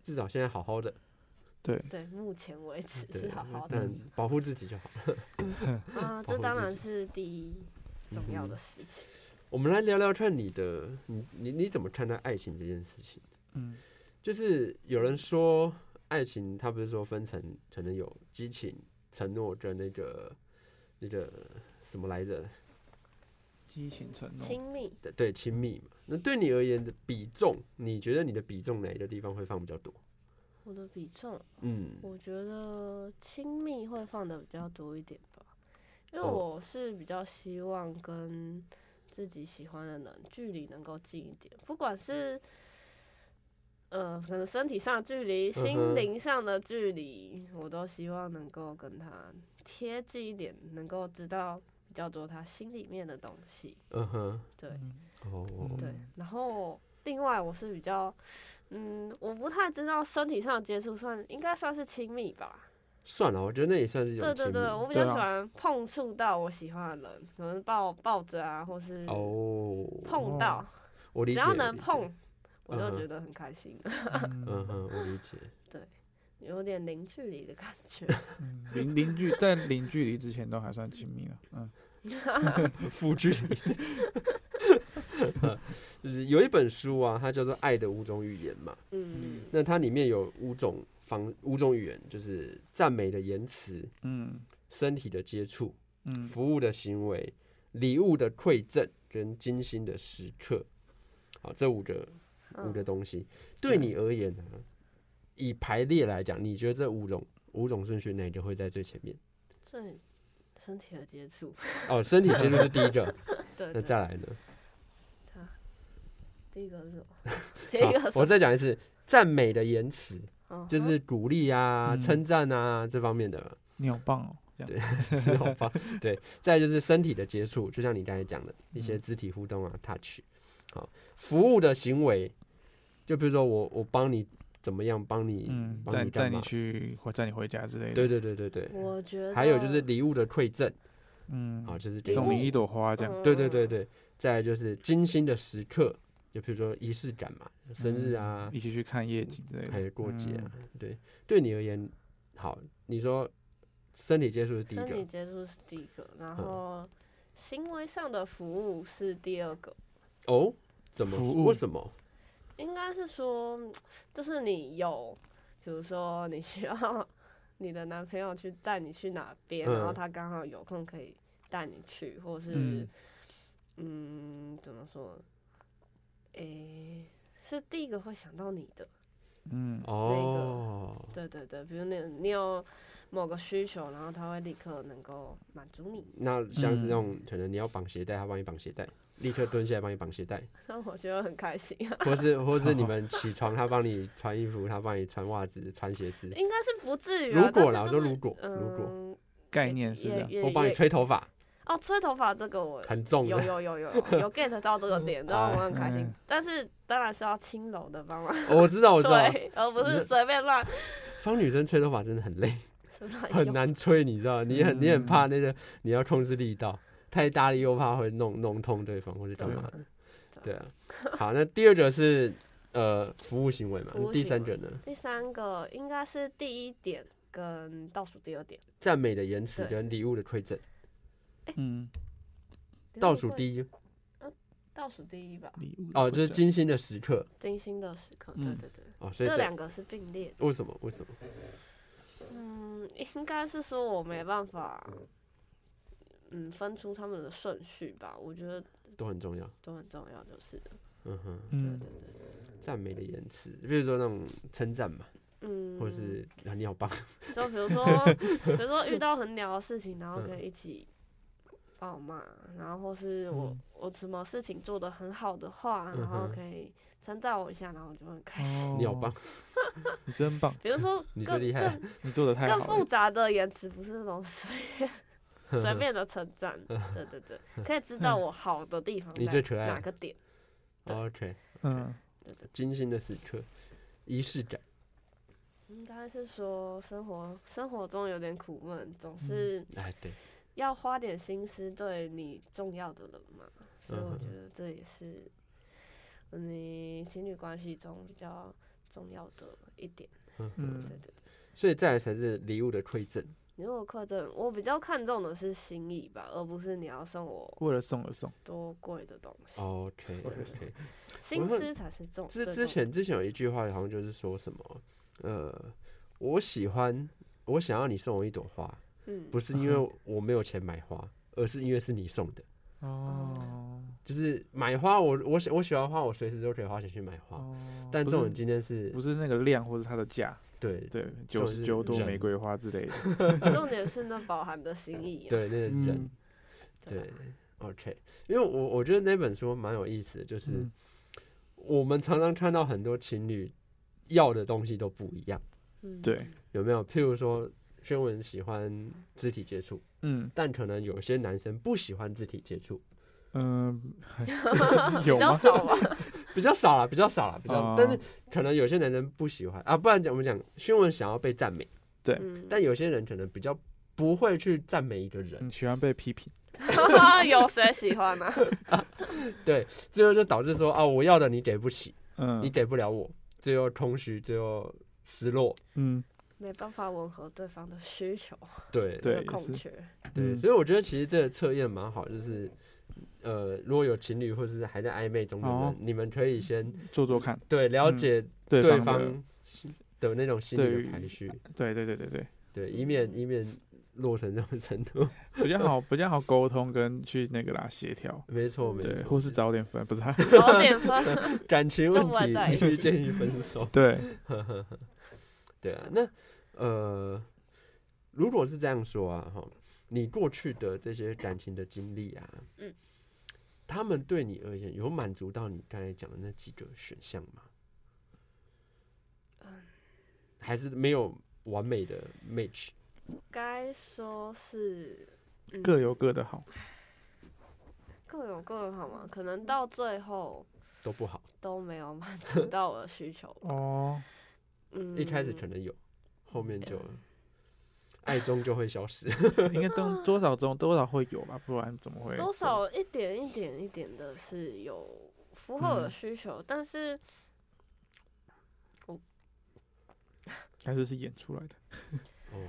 [SPEAKER 2] 至少现在好好的，
[SPEAKER 3] 对，
[SPEAKER 4] 对，目前为止
[SPEAKER 2] 对
[SPEAKER 4] 是好好的嗯
[SPEAKER 2] 但保护自己就好了。
[SPEAKER 4] 啊，
[SPEAKER 2] 保
[SPEAKER 4] 这
[SPEAKER 2] 护
[SPEAKER 4] 当
[SPEAKER 2] 自
[SPEAKER 4] 然
[SPEAKER 2] 己
[SPEAKER 4] 是第一重要的事情。
[SPEAKER 2] 我们来聊聊看你的，你你你怎么看待爱情这件事情？
[SPEAKER 3] 嗯
[SPEAKER 2] 就是有人说，爱情它不是说分成可能有激情、承诺跟那个那个什么来着？
[SPEAKER 3] 激情
[SPEAKER 2] 嗯
[SPEAKER 3] 哦承诺，
[SPEAKER 4] 亲密，
[SPEAKER 2] 对对，亲密嘛。那对你而言的比重，你觉得你的比重哪一个地方会放比较多？
[SPEAKER 4] 我的比重，
[SPEAKER 2] 嗯，
[SPEAKER 4] 我觉得亲密会放的比较多一点吧，因为
[SPEAKER 2] 哦
[SPEAKER 4] 我是比较希望跟自己喜欢的人距离能够近一点，不管是。呃，可能身体上的距离、
[SPEAKER 2] 嗯哼
[SPEAKER 4] 心灵上的距离，我都希望能够跟他贴近一点，能够知道比较多他心里面的东西。
[SPEAKER 2] 嗯哼，
[SPEAKER 4] 对， <laughs>
[SPEAKER 3] 嗯
[SPEAKER 2] 哦，
[SPEAKER 4] 对
[SPEAKER 3] 嗯，
[SPEAKER 4] 然后另外我是比较，嗯，我不太知道身体上的接触算应该算是亲密吧。
[SPEAKER 2] 算了，我觉得那也算是一种
[SPEAKER 4] 对
[SPEAKER 2] 亲
[SPEAKER 4] 对
[SPEAKER 2] 密。
[SPEAKER 4] 对，我比
[SPEAKER 3] 对
[SPEAKER 4] 较
[SPEAKER 3] 啊
[SPEAKER 4] 喜欢碰触到我喜欢的人，可能抱抱着啊，或是
[SPEAKER 2] 哦，
[SPEAKER 4] 碰到，
[SPEAKER 2] 我理
[SPEAKER 4] 只
[SPEAKER 2] 解，
[SPEAKER 4] 要
[SPEAKER 2] 我
[SPEAKER 4] 能
[SPEAKER 2] 理解，
[SPEAKER 4] 碰，我
[SPEAKER 2] 嗯
[SPEAKER 4] 就
[SPEAKER 2] 哼
[SPEAKER 4] 觉得很开心了，
[SPEAKER 2] 嗯
[SPEAKER 3] 嗯
[SPEAKER 2] 哼，我理解。
[SPEAKER 4] 有点零距离的感
[SPEAKER 2] <laughs>
[SPEAKER 4] 觉。
[SPEAKER 3] 嗯零零距在零距离之前都还算亲密了，嗯
[SPEAKER 4] <laughs>
[SPEAKER 3] <laughs>
[SPEAKER 2] 负距离。就是有一本书啊，它叫做《爱的五种语言》嘛。
[SPEAKER 4] 嗯，
[SPEAKER 2] 那它里面有五种方五种语言，就是赞美的言辞、
[SPEAKER 3] 嗯
[SPEAKER 2] 身体的接触、
[SPEAKER 3] 嗯 <laughs>
[SPEAKER 2] 服务的行为、礼物的馈赠跟精心的时刻。好，这五个五个
[SPEAKER 4] 嗯
[SPEAKER 2] 东西，对你而言呢、以排列来讲，你觉得这五种五种顺序哪个会在最前面？
[SPEAKER 4] 最身体的接
[SPEAKER 2] <laughs>
[SPEAKER 4] 触，
[SPEAKER 2] 哦，身体接触是第一
[SPEAKER 4] <laughs>
[SPEAKER 2] 个，
[SPEAKER 4] 对
[SPEAKER 2] 那
[SPEAKER 4] 对，
[SPEAKER 2] 再来呢？
[SPEAKER 4] 第一个是什么？ <laughs> 第
[SPEAKER 2] <laughs>
[SPEAKER 4] 一
[SPEAKER 2] 好
[SPEAKER 4] 个
[SPEAKER 2] 我
[SPEAKER 4] 是
[SPEAKER 2] 再讲一次，赞美的言辞
[SPEAKER 4] 嗯
[SPEAKER 2] 就
[SPEAKER 4] 哼
[SPEAKER 2] 是鼓励啊、
[SPEAKER 3] 啊嗯
[SPEAKER 2] 称赞啊这方面
[SPEAKER 3] <laughs>
[SPEAKER 2] 的，
[SPEAKER 3] 你好棒哦，这样
[SPEAKER 2] 对好吧？对，再来就是身体的接触，就像你刚才讲的一些
[SPEAKER 3] 嗯
[SPEAKER 2] 肢体互动啊、touch，好，服务的行为，就比如说我我帮你怎么样，帮你
[SPEAKER 3] 嗯，
[SPEAKER 2] 帮
[SPEAKER 3] 载
[SPEAKER 2] 你
[SPEAKER 3] 载
[SPEAKER 2] 干
[SPEAKER 3] 你
[SPEAKER 2] 嘛？
[SPEAKER 3] 去或载你回家之类的，
[SPEAKER 2] 对对对对对，
[SPEAKER 4] 我觉得
[SPEAKER 2] 还有就是礼物的馈赠
[SPEAKER 3] 嗯，
[SPEAKER 2] 啊，嗯就是给
[SPEAKER 3] 送
[SPEAKER 2] 你
[SPEAKER 3] 你一朵花这样，
[SPEAKER 2] 对对
[SPEAKER 4] 嗯
[SPEAKER 2] 对，对，再来就是精心的时刻，就比如说仪式感嘛，生日啊，
[SPEAKER 3] 嗯一起去看夜景之类的，
[SPEAKER 2] 还有过节啊
[SPEAKER 3] 嗯，，
[SPEAKER 2] 对，对你而言，好，你说身体接触是第一
[SPEAKER 4] 身体
[SPEAKER 2] 个，
[SPEAKER 4] 接触是第一个，然
[SPEAKER 2] 嗯
[SPEAKER 4] 后行为上的服务是第二个。
[SPEAKER 2] 哦，怎么
[SPEAKER 3] 服
[SPEAKER 2] 说？
[SPEAKER 3] 务
[SPEAKER 2] 为什么？
[SPEAKER 4] 应该是说，就是你有，比如说你需要你的男朋友去带你去哪边，然后
[SPEAKER 2] 嗯
[SPEAKER 4] 他刚好有空可以带你去，或是
[SPEAKER 3] 嗯
[SPEAKER 4] 嗯怎么说？诶、是第一个会想到你的。
[SPEAKER 3] 嗯
[SPEAKER 2] 哦，
[SPEAKER 4] 对对对，比如你你有某个需求，然后他会立刻能够满足你。 <laughs>
[SPEAKER 2] 那像是那
[SPEAKER 3] 嗯
[SPEAKER 2] 种可能你要绑鞋带，他帮你绑鞋带，立刻蹲下来帮你绑鞋带，
[SPEAKER 4] 那我觉得很开心啊，
[SPEAKER 2] 或是或是你们起床，他帮你穿衣服，他帮你穿袜子、穿鞋子，
[SPEAKER 4] 应该是不至于、啊。
[SPEAKER 2] 如果啦，
[SPEAKER 4] 但
[SPEAKER 2] 我
[SPEAKER 4] 是
[SPEAKER 2] 说
[SPEAKER 4] 就
[SPEAKER 2] 如
[SPEAKER 4] 是
[SPEAKER 2] 果如果
[SPEAKER 4] 嗯，
[SPEAKER 3] 概念是这样，
[SPEAKER 4] 也
[SPEAKER 2] 我帮你。吹头发，
[SPEAKER 4] 哦，吹头发这个我
[SPEAKER 2] 很重
[SPEAKER 4] 有
[SPEAKER 2] 的 <laughs>
[SPEAKER 4] 有有有有 get 到这个点，让我
[SPEAKER 2] 哎
[SPEAKER 4] 很开心
[SPEAKER 3] 嗯。
[SPEAKER 4] 但是当然是要轻柔的帮忙
[SPEAKER 2] 哦我知道我知道，
[SPEAKER 4] 吹，而不
[SPEAKER 2] 你
[SPEAKER 4] 是
[SPEAKER 2] 是
[SPEAKER 4] 随便乱
[SPEAKER 2] 帮女生吹头发真的很累。
[SPEAKER 4] 随便乱
[SPEAKER 2] 很
[SPEAKER 4] 用。
[SPEAKER 2] 难吹，你知道，你很你很怕那
[SPEAKER 4] 嗯
[SPEAKER 2] 个，你要控制力道，太大力又怕会弄弄痛对方或者干嘛的。对
[SPEAKER 4] 嗯对
[SPEAKER 2] 啊，好，那第二个是呃服务行为嘛
[SPEAKER 4] 服，务
[SPEAKER 2] 第
[SPEAKER 4] 行
[SPEAKER 2] 三
[SPEAKER 4] 为
[SPEAKER 2] 个呢，
[SPEAKER 4] 第三个应该是第一点跟倒数第二点，
[SPEAKER 2] 赞美的言辞
[SPEAKER 4] 对
[SPEAKER 2] <laughs> 跟礼物的馈赠，
[SPEAKER 3] 嗯
[SPEAKER 2] 倒数第
[SPEAKER 4] 一
[SPEAKER 2] 一，
[SPEAKER 4] 倒数第一吧，
[SPEAKER 3] 礼物
[SPEAKER 2] 哦，就是精心的时刻
[SPEAKER 4] 精心的时刻，对
[SPEAKER 3] 嗯
[SPEAKER 4] 对对，
[SPEAKER 2] 哦，所以这
[SPEAKER 4] 这两个是并列的。
[SPEAKER 2] 为什么为什么？
[SPEAKER 4] 嗯，应该是说我没办法，嗯，分出他们的顺序吧，我觉得
[SPEAKER 2] 都很重要。
[SPEAKER 4] 都很重要，就是的，
[SPEAKER 2] 嗯哼，
[SPEAKER 4] 对
[SPEAKER 3] 嗯
[SPEAKER 4] 对，对，
[SPEAKER 2] 赞美的言辞，比如说那种称赞嘛，
[SPEAKER 4] 嗯，
[SPEAKER 2] 或者是啊你好棒，
[SPEAKER 4] 就比如说，比如说遇到很鸟的事情，然后
[SPEAKER 2] 嗯
[SPEAKER 4] 可以一起爆骂，然后或是我、
[SPEAKER 3] 嗯
[SPEAKER 4] 我什么事情做得很好的话，然后
[SPEAKER 2] 嗯哼
[SPEAKER 4] 可以称赞我一下，然后我就很开心。
[SPEAKER 3] 哦
[SPEAKER 2] 你好棒，，
[SPEAKER 3] 你真棒，
[SPEAKER 4] 比如说
[SPEAKER 2] <laughs> 你最
[SPEAKER 4] 更
[SPEAKER 2] 厉害
[SPEAKER 4] 更
[SPEAKER 3] 你
[SPEAKER 2] <laughs>
[SPEAKER 3] 做的太
[SPEAKER 4] 更
[SPEAKER 3] 好
[SPEAKER 4] 复
[SPEAKER 3] 了。
[SPEAKER 4] 杂的言辞，不是那种随
[SPEAKER 2] <laughs>
[SPEAKER 4] 便随便的称赞，对对对，可以知道我好的地方
[SPEAKER 2] 你
[SPEAKER 4] 在
[SPEAKER 2] 最可爱
[SPEAKER 4] 哪
[SPEAKER 2] 了
[SPEAKER 4] 个点，对
[SPEAKER 2] OK，
[SPEAKER 3] 嗯，
[SPEAKER 4] 对对，
[SPEAKER 2] 精心的时刻，仪式感，
[SPEAKER 4] 应该是说生活生活中有点苦闷，总是
[SPEAKER 2] 哎对，
[SPEAKER 4] 要花点心思对你重要的人嘛，所以我
[SPEAKER 2] 嗯
[SPEAKER 4] 觉得这也是嗯你情侣关系中比较重要的一点，
[SPEAKER 2] 嗯
[SPEAKER 4] 对
[SPEAKER 3] 嗯
[SPEAKER 4] 对对。
[SPEAKER 2] 所以再来才是礼物的馈赠，
[SPEAKER 4] 你如果课证，我比较看重的是心意吧，而不是你要送我
[SPEAKER 3] 为了送而送，
[SPEAKER 4] 多贵的东
[SPEAKER 2] <laughs>
[SPEAKER 4] 西。
[SPEAKER 2] OK
[SPEAKER 3] 我也是
[SPEAKER 2] OK，
[SPEAKER 4] 心
[SPEAKER 2] 哦我会
[SPEAKER 4] 思才是重。最
[SPEAKER 2] 之
[SPEAKER 4] 重
[SPEAKER 2] 之前之前有一句话，好像就是说什么，呃，我喜欢，我想要你送我一朵花，
[SPEAKER 4] 嗯，
[SPEAKER 2] 不是因为我没有钱买花，而是因为是你送的，
[SPEAKER 3] 哦
[SPEAKER 2] 就是买花我我喜我喜欢花，我随时都可以花钱去买花，
[SPEAKER 3] 哦，
[SPEAKER 2] 但
[SPEAKER 3] 不
[SPEAKER 2] 这种
[SPEAKER 3] 是
[SPEAKER 2] 今天是
[SPEAKER 3] 不是那个量或者它的价，
[SPEAKER 2] 对
[SPEAKER 3] 对，
[SPEAKER 2] 就
[SPEAKER 3] 九
[SPEAKER 2] 是
[SPEAKER 3] 十九朵
[SPEAKER 2] 人
[SPEAKER 3] 玫瑰花之类的，
[SPEAKER 4] 重点是那饱含的心意、啊。
[SPEAKER 2] 对那个人
[SPEAKER 3] 嗯，
[SPEAKER 4] 吧
[SPEAKER 2] <laughs> 对啊 OK，因为我我觉得那本书蛮有意思的， <laughs> 就是
[SPEAKER 3] 嗯
[SPEAKER 2] 我们常常看到很多情侣要的东西都不一样，
[SPEAKER 4] 嗯
[SPEAKER 3] 对，
[SPEAKER 2] 有没有？譬如说，宣文喜欢肢体接触。
[SPEAKER 3] 嗯
[SPEAKER 2] 但可能有些男生不喜欢肢体接触， <laughs>
[SPEAKER 3] 嗯，<laughs>
[SPEAKER 4] 比
[SPEAKER 3] 有
[SPEAKER 4] 较
[SPEAKER 3] 吗？
[SPEAKER 4] 少吧。
[SPEAKER 2] 比较少啦，比较少啦，比较。
[SPEAKER 3] 哦
[SPEAKER 2] 但是可能有些男生不喜欢啊，不然讲我们讲新闻想要被赞美，
[SPEAKER 3] 对
[SPEAKER 4] 嗯，
[SPEAKER 2] <laughs> 但有些人可能比较不会去赞美一个人，
[SPEAKER 3] 你喜欢被批评，
[SPEAKER 4] <laughs> 有谁喜欢啊呢、
[SPEAKER 2] 最后就导致说啊，我要的你给不起，你
[SPEAKER 3] 嗯
[SPEAKER 2] 给不了我，最后空虚，最后失落。
[SPEAKER 3] 嗯，
[SPEAKER 4] <laughs> 没办法吻合对方的需求
[SPEAKER 2] 对
[SPEAKER 3] 对
[SPEAKER 4] 和
[SPEAKER 3] 也
[SPEAKER 4] 空
[SPEAKER 3] 是
[SPEAKER 4] 缺。
[SPEAKER 2] 对，
[SPEAKER 3] 嗯
[SPEAKER 2] 所以我觉得其实这个测验蛮好，就是。呃，如果有情侣或者是还在暧昧中的人，
[SPEAKER 3] 哦
[SPEAKER 2] 你们可以先
[SPEAKER 3] 做做看，
[SPEAKER 2] 对了
[SPEAKER 3] 嗯
[SPEAKER 2] 解
[SPEAKER 3] 对
[SPEAKER 2] 对
[SPEAKER 3] 方的
[SPEAKER 2] 方心的那种心
[SPEAKER 3] 对
[SPEAKER 2] 理
[SPEAKER 3] 于
[SPEAKER 2] 的排序。
[SPEAKER 3] 对对对对对，
[SPEAKER 2] 对，以免以免落成这种程度。 <laughs>
[SPEAKER 3] 比较好比较好沟通跟去那个啦协调，
[SPEAKER 2] 没错，没
[SPEAKER 3] 对，
[SPEAKER 2] 错，
[SPEAKER 3] 或是早点分，不是 <laughs> 啊，。
[SPEAKER 4] 早点分， <laughs>
[SPEAKER 2] 感情
[SPEAKER 4] 就不会
[SPEAKER 2] 问
[SPEAKER 4] 在
[SPEAKER 2] 题
[SPEAKER 4] 一
[SPEAKER 2] 是
[SPEAKER 4] 起
[SPEAKER 2] 建议分手 <laughs>
[SPEAKER 3] 对，
[SPEAKER 2] 对啊，那呃，如果是这样说啊，哈，你过去的这些感情的经历啊，
[SPEAKER 4] 嗯，
[SPEAKER 2] 他们对你而言有满足到你刚才讲的那几个选项吗？
[SPEAKER 4] 嗯
[SPEAKER 2] 还是没有完美的 match？
[SPEAKER 4] 该说是、嗯、
[SPEAKER 3] 各有各的
[SPEAKER 2] <laughs>
[SPEAKER 3] 好，
[SPEAKER 4] 各有各的好吗？可能到最后
[SPEAKER 2] 都不好，
[SPEAKER 4] 都没有满足到我的需求吧。
[SPEAKER 3] 哦，
[SPEAKER 4] 嗯，
[SPEAKER 2] 一开始可能有，后面就
[SPEAKER 4] 嗯
[SPEAKER 2] 爱中就会消失。
[SPEAKER 3] 应该都多少中多少会有吧，不然怎么会
[SPEAKER 4] 多少一点一点一点的是有符合我的
[SPEAKER 3] 嗯
[SPEAKER 4] 需求，但是
[SPEAKER 3] 还是是演出来的，
[SPEAKER 2] <laughs> 哦，